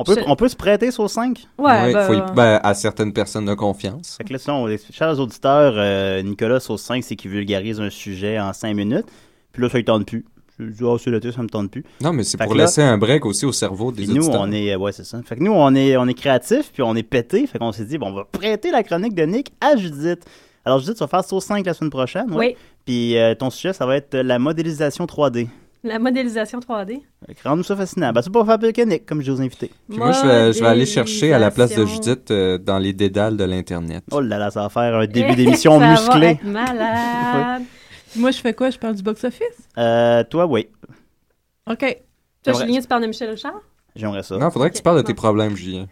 On peut,
Je-
on peut se prêter sur 5?
ouais, ben,
faut y- ben, à certaines personnes de confiance.
Fait que là, sinon, on explique- chers auditeurs, euh, Nicolas sur 5, c'est qu'il vulgarise un sujet en 5 minutes. Puis là, ça ne tente plus. Je dis, ah, c'est le tout, ça me tente plus.
Non, mais c'est
Fait
pour
que là-
laisser un break aussi au cerveau des
Puis nous,
auditeurs.
on est, euh, ouais, c'est ça. Fait que nous, on est, on est créatifs, puis on est pétés. Fait qu'on s'est dit, bon, on va prêter la chronique de Nick à Judith. Alors, Judith, tu vas faire sur 5 la semaine prochaine.
Oui,
ouais. Puis euh, ton sujet, ça va être euh, la modélisation 3D.
la modélisation 3D.
Fait que Rends-nous ça fascinant. Ben, c'est pas faire pire que Nick, comme je dis aux invités.
Puis moi, je vais, je vais aller chercher à la place de Judith euh, dans les dédales de l'Internet.
Oh là là, ça va faire un début d'émission musclé.
malade.
Moi, je fais quoi? Je parle du box-office?
Euh, toi, oui,
OK.
Toi,
Ouais.
Julien, tu parles de Michel Richard?
j'aimerais ça.
Non, faudrait que tu parles de tes problèmes, Julien.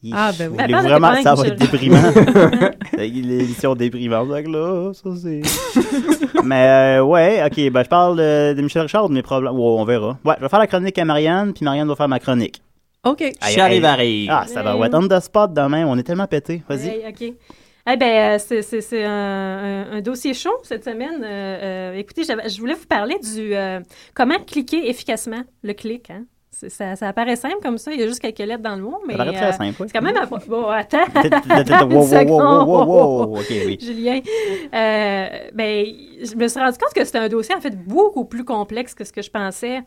Il-
Ah, ben oui.
vous
Ben,
voulez
parle de
vraiment,
tes
ça va
problèmes,
être déprimant. Ben, Il est L'émission déprimante. Fait que là, ça c'est. Mais euh, ouais, ok, ben je parle euh, de Michel Richard, de mes problèmes. Wow, on verra. Ouais, je vais faire la chronique à Marianne, puis Marianne va faire ma chronique.
OK.
Charlie Ah, ça va, ouais. On the spot demain, on est tellement pété. Vas-y.
Hey, OK. Eh bien, c'est c'est un, un- un dossier chaud cette semaine. Euh, euh, écoutez, j'avais- je voulais vous parler du euh, comment cliquer efficacement, le clic. Hein? C'est- Ça, ça paraît simple comme ça, il y a juste quelques lettres dans le mot, mais
ça paraît
euh,
très simple. ouais.
c'est quand même... appro- Bon, attends,
Wow, wow, wow, wow, wow, wow, wow. Ok, oui.
Julien. Euh, ben, je me suis rendu compte que c'était un dossier, en fait, beaucoup plus complexe que ce que je pensais.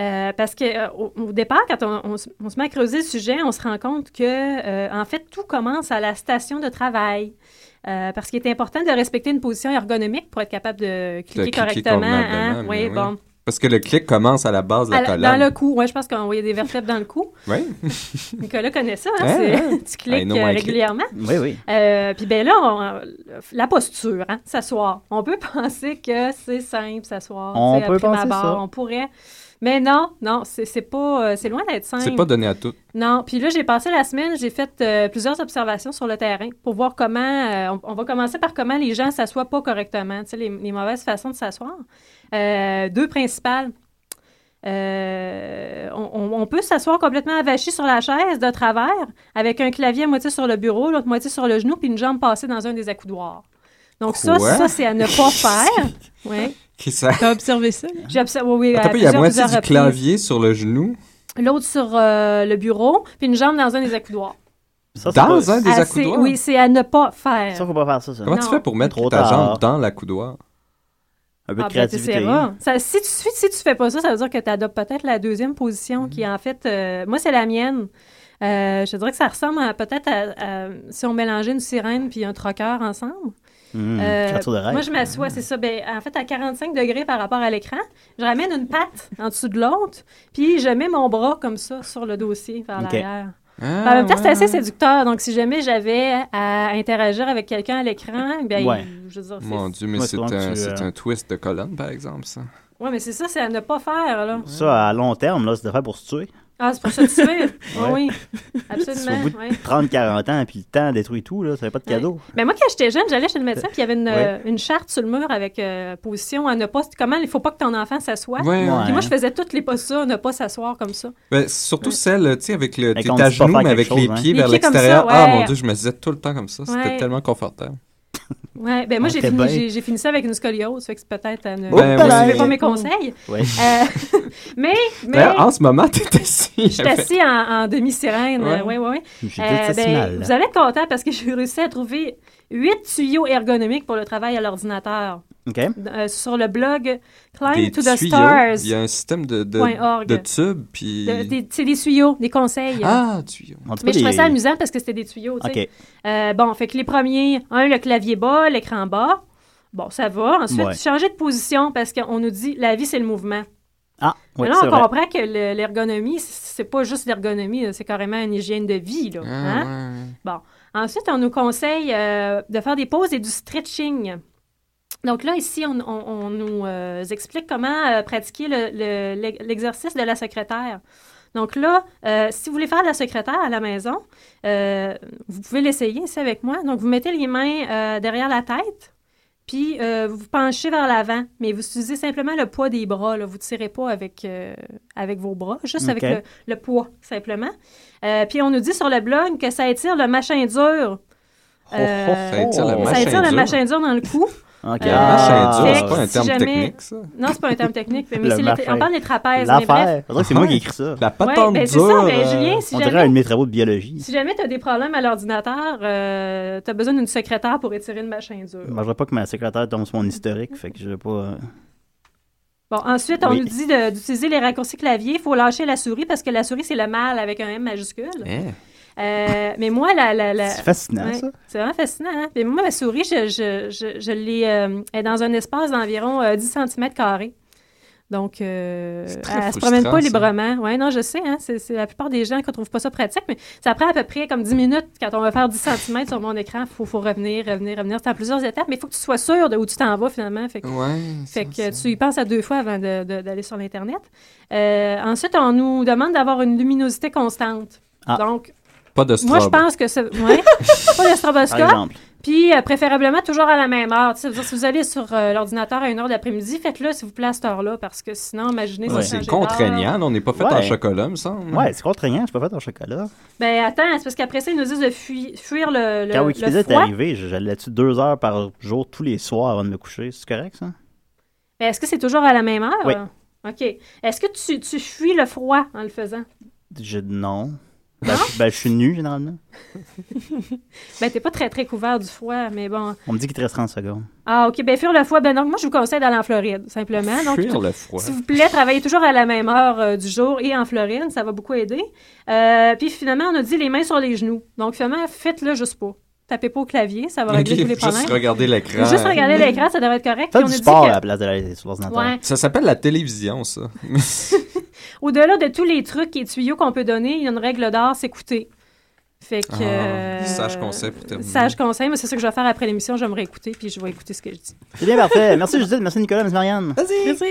Euh, parce que euh, au, au départ, quand on, on se- on se met à creuser le sujet, on se rend compte que, euh, en fait, tout commence à la station de travail. Euh, parce qu'il est important de respecter une position ergonomique pour être capable de cliquer,
cliquer
correctement.
convenablement,
hein.
mais
Oui,
oui.
bon.
Parce que le clic commence à la base de
À
la
la-
colonne.
dans le cou, oui, je pense qu'on voyait des vertèbres dans le cou.
Oui.
Nicolas connaît ça, hein,
Hein,
c'est-
hein.
tu
I
cliques
know
euh,
my click.
régulièrement.
Oui, oui.
Euh, Puis ben là, on- la posture, hein, s'asseoir. On peut penser que c'est simple, s'asseoir. tu
On
sais,
peut
à prime
penser
abord,
ça.
On pourrait. Mais non, non, c'est c'est pas, euh, c'est loin d'être simple.
C'est pas donné à tout.
Non. Puis là, j'ai passé la semaine, j'ai fait euh, plusieurs observations sur le terrain pour voir comment. euh, on, on va commencer par comment les gens s'assoient pas correctement, tu sais, les, les mauvaises façons de s'asseoir. Euh, deux principales. Euh, on, on- on peut s'asseoir complètement avachi sur la chaise de travers, avec un clavier à moitié sur le bureau, l'autre moitié sur le genou, puis une jambe passée dans un des accoudoirs. Donc ça,
Quoi?
ça c'est à ne pas faire. Oui.
Qui ça...
T'as observé ça? là?
J'ai observé. Oui, oui, à
Attends, Ah, il y a
plusieurs-
moitié du
plusieurs reprises.
clavier sur le genou.
L'autre sur euh, le bureau, puis une jambe dans un des accoudoirs.
Ça, c'est
Dans
pas-
un des
Ah, c'est-
accoudoirs.
Oui, c'est à ne pas faire.
Ça, faut pas faire ça, ça.
Comment tu
Non.
fais pour mettre
Trop
ta
tard.
jambe dans l'accoudoir?
Un peu de
Ah, ben,
créativité.
t'essaieras. Ça- si, tu, si, si tu fais pas ça, ça veut dire que tu adoptes peut-être la deuxième position
Mhm.
qui, en fait, euh, moi, c'est la mienne. Euh, je te dirais que ça ressemble à- peut-être à, à- si on mélangeait une sirène puis un troqueur ensemble.
Hum,
Euh,
créature de rêve.
moi, je m'assois, c'est ça. Ben, en fait, à 45 degrés par rapport à l'écran, je ramène une patte en dessous de l'autre, puis je mets mon bras comme ça sur le dossier vers
Ok.
l'arrière. Ben,
Ah,
en même temps, c'est
ouais.
assez séducteur. Donc, si jamais j'avais à interagir avec quelqu'un à l'écran, ben,
Ouais.
il- je veux dire, c'est-
Mon Dieu, mais
Moi,
c'est
souvent que
un,
tu,
c'est
euh,
un twist de colonne, par exemple, ça.
Ouais, mais c'est ça, c'est à ne pas faire, là.
Ça, à long terme, là, c'est de faire pour se tuer.
Ah, c'est pour ça que tu fais? Oui, absolument.
Au bout de
ouais.
30-40 ans, puis le temps détruit tout, là, ça fait pas de cadeau.
Mais moi, quand j'étais jeune, j'allais chez le médecin, puis il y avait une, euh,
Ouais.
une charte sur le mur avec euh, position à ne pas... Comment il faut pas que ton enfant s'assoie.
Ouais.
Ouais.
Puis moi, je faisais toutes les postures, ne pas s'asseoir comme ça.
Ben, surtout celle, tu sais, avec le.
Mais
T'es
qu'on
à
dit pas
genoux,
faire
mais avec
quelque
les
chose, hein.
pieds
Les
vers
pieds comme ça,
l'extérieur. Ah,
ouais.
mon Dieu, je me disais tout le temps comme ça. C'était
Ouais.
tellement confortable.
Ouais, ben moi,
Ah,
j'ai
t'es
fini,
bien.
j'ai- j'ai fini ça avec une scoliose, fait que c'est peut-être à ne...
Ben, Ben,
je
oui.
fais pas mes conseils.
Ouais.
Euh, mais... mais...
Ben,
D'ailleurs, en ce moment, t'es assis.
Je suis assis en, en demi-sirène.
Ouais.
euh, Ouais, ouais, ouais.
J'ai dit
Euh,
ça, c'est
ben,
mal.
vous allez être content parce que j'ai réussi à trouver huit tuyaux ergonomiques pour le travail à l'ordinateur
OK.
Euh, sur le blog
Des
Climb to the
tuyaux.
Stars.
Il y a un système de, de,
Point org.
de tubes, puis.
De- des- C'est des tuyaux, des conseils.
Ah, tuyaux.
On dit
Mais je
pas
trouvais
des-
ça amusant parce que c'était des tuyaux. tu sais.
OK.
Euh, bon, fait que les premiers, un, le clavier bas, l'écran bas. Bon, ça va. Ensuite,
Ouais.
changer de position parce qu'on nous dit la vie, c'est le mouvement.
Ah, oui,
Mais là,
c'est
on
vrai.
comprend que le- l'ergonomie, c'est pas juste l'ergonomie, là, c'est carrément une hygiène de vie. Là,
Ah,
hein?
ouais.
Ensuite, on nous conseille euh, de faire des pauses et du stretching. Donc là, ici, on, on- on nous euh, explique comment euh, pratiquer le- le- l'exercice de la secrétaire. Donc là, euh, si vous voulez faire de la secrétaire à la maison, euh, vous pouvez l'essayer ici avec moi. Donc, vous mettez les mains euh, derrière la tête, puis euh, vous vous penchez vers l'avant, mais vous utilisez simplement le poids des bras. Là. Vous ne tirez pas avec, euh, avec vos bras, juste avec
OK.
le, le poids, simplement. Euh, puis on nous dit sur le blog que ça étire le machin dur.
Oh,
Euh,
Ça étire le
ça
machin
étire le
dur.
machin dur dans le cou.
Ok.
Le
Euh,
machin dur,
fait
c'est pas
que
un
si
terme
jamais-
technique, ça.
Non, c'est pas un terme technique, mais
Le
c'est les-
machin.
on parle des trapèzes. Mais bref,
L'affaire. On dirait que c'est moi qui ai écrit ça.
La
ouais,
patente
ben, c'est
dure.
ça, ben,
euh,
Julien, si
On
jamais...
dirait un de mes travaux de biologie.
Si jamais tu as des problèmes à l'ordinateur, euh, tu as besoin d'une secrétaire pour étirer une machine dure.
Moi, je vois pas que ma secrétaire tombe sur mon historique, fait que je vais pas. euh,
Bon, ensuite, on
Oui.
nous dit de- d'utiliser les raccourcis clavier. Il faut lâcher la souris parce que la souris, c'est le mal avec un M majuscule.
eh,
Euh, mais moi, la. la, la-
C'est fascinant,
Ouais,
ça.
c'est vraiment fascinant. hein? Mais moi, ma souris, je, je, je, je l'ai euh, elle est dans un espace d'environ euh, 10 cm. Donc, euh,
C'est très
elle se promène pas
frustrant, ça.
librement. Oui, non, je sais. Hein, c'est, c'est la plupart des gens qui ne trouvent pas ça pratique, mais ça prend à peu près comme 10 minutes. Quand on va faire 10 cm sur mon écran, il faut, faut revenir, revenir, revenir. C'est en plusieurs étapes, mais il faut que tu sois sûr de où tu t'en vas finalement. Fait que-
Ouais.
fait
ça,
que
ça.
tu y penses à deux fois avant de- de- d'aller sur l'Internet. Euh, ensuite, on nous demande d'avoir une luminosité constante.
Ah.
Donc,
Pas de
moi, je
strobe.
pense que c'est. Ouais, pas de
Par
stroboscope.
exemple.
Puis, euh, préférablement, toujours à la même heure. Tu sais, c'est-à-dire, si vous allez sur euh, l'ordinateur à une heure d'après-midi, faites-le, s'il vous plaît, à cette heure-là, parce que sinon, imaginez
Ouais,
si
c'est contraignant. On n'est pas fait
Ouais.
en chocolat, me semble.
Ouais, c'est contraignant, je peux faire ton chocolat.
Ben, attends, c'est parce qu'après ça, ils nous disent de fuir, fuir le, le,
Quand
le
Wikipédia est
froid.
arrivé, je- j'allais dessus deux heures par jour, tous les soirs avant de me coucher. C'est correct, ça?
Ben, Est-ce que c'est toujours à la même heure?
Oui.
OK. Est-ce que tu, tu fuis le froid en le faisant?
Je non. Ben, je, ben, je suis nu, généralement.
Ben, t'es pas très, très couvert du froid, mais bon.
On me dit qu'il te reste 30 secondes.
Ah, OK. Ben, fuir le foie. Ben, donc, moi, je vous conseille d'aller en Floride, simplement. Donc,
Fuir le froid.
s'il vous plaît, travaillez toujours à la même heure euh, du jour et en Floride. Ça va beaucoup aider. Euh, puis, finalement, on a dit les mains sur les genoux. Donc, finalement, faites-le juste pas. Tapez pas au clavier, ça va
Ok,
régler tous les
Juste
problèmes.
regarder l'écran.
Juste regarder l'écran, ça devrait être correct. Puis,
Fais
on
du
a dit
sport
que-
à la place de la sur l'ordinateur.
Ouais.
Ça s'appelle la télévision, ça.
Au-delà de tous les trucs et tuyaux qu'on peut donner, il y a une règle d'or, c'est écouter. Fait que. euh,
Ah, sage conseil pour terminer.
Sage conseil, mais c'est ça que je vais faire après l'émission. Je vais me réécouter, puis je vais écouter ce que je dis.
C'est bien parfait. Merci Judith, merci Nicolas, merci Marianne.
Merci.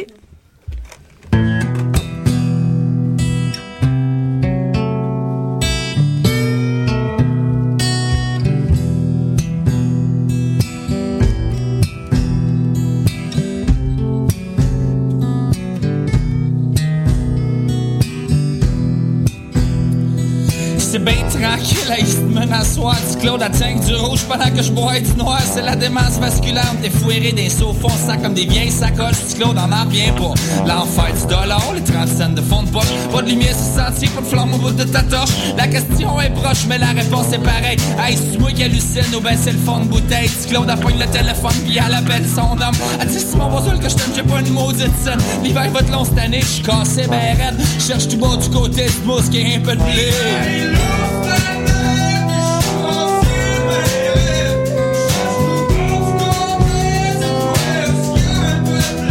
C'est bien tranquille à me m'asseoir du Claude à teindre du rouge pendant que je bois du noir. C'est la démence vasculaire, t'es fouéré des sauts fond sac comme des vieilles sacoches. Du Claude en a bien pas. L'enfer du dollar, les 30 cents de fond de poche. Pas de lumière sur le sentier, pas de flamme au bout de ta torche. La question est proche, mais la réponse est pareille. Hey, c'est moi qui hallucine ou ben c'est le fond de bouteille. Du Claude appogne le téléphone puis elle appelle son homme. Elle dit c'est mon voisin que je t'aime, j'ai pas une maudite scène. L'hiver va te long cette année, je suis cassé ben raide. Cherche tout bas du côté de mousse qui est un peu de blé.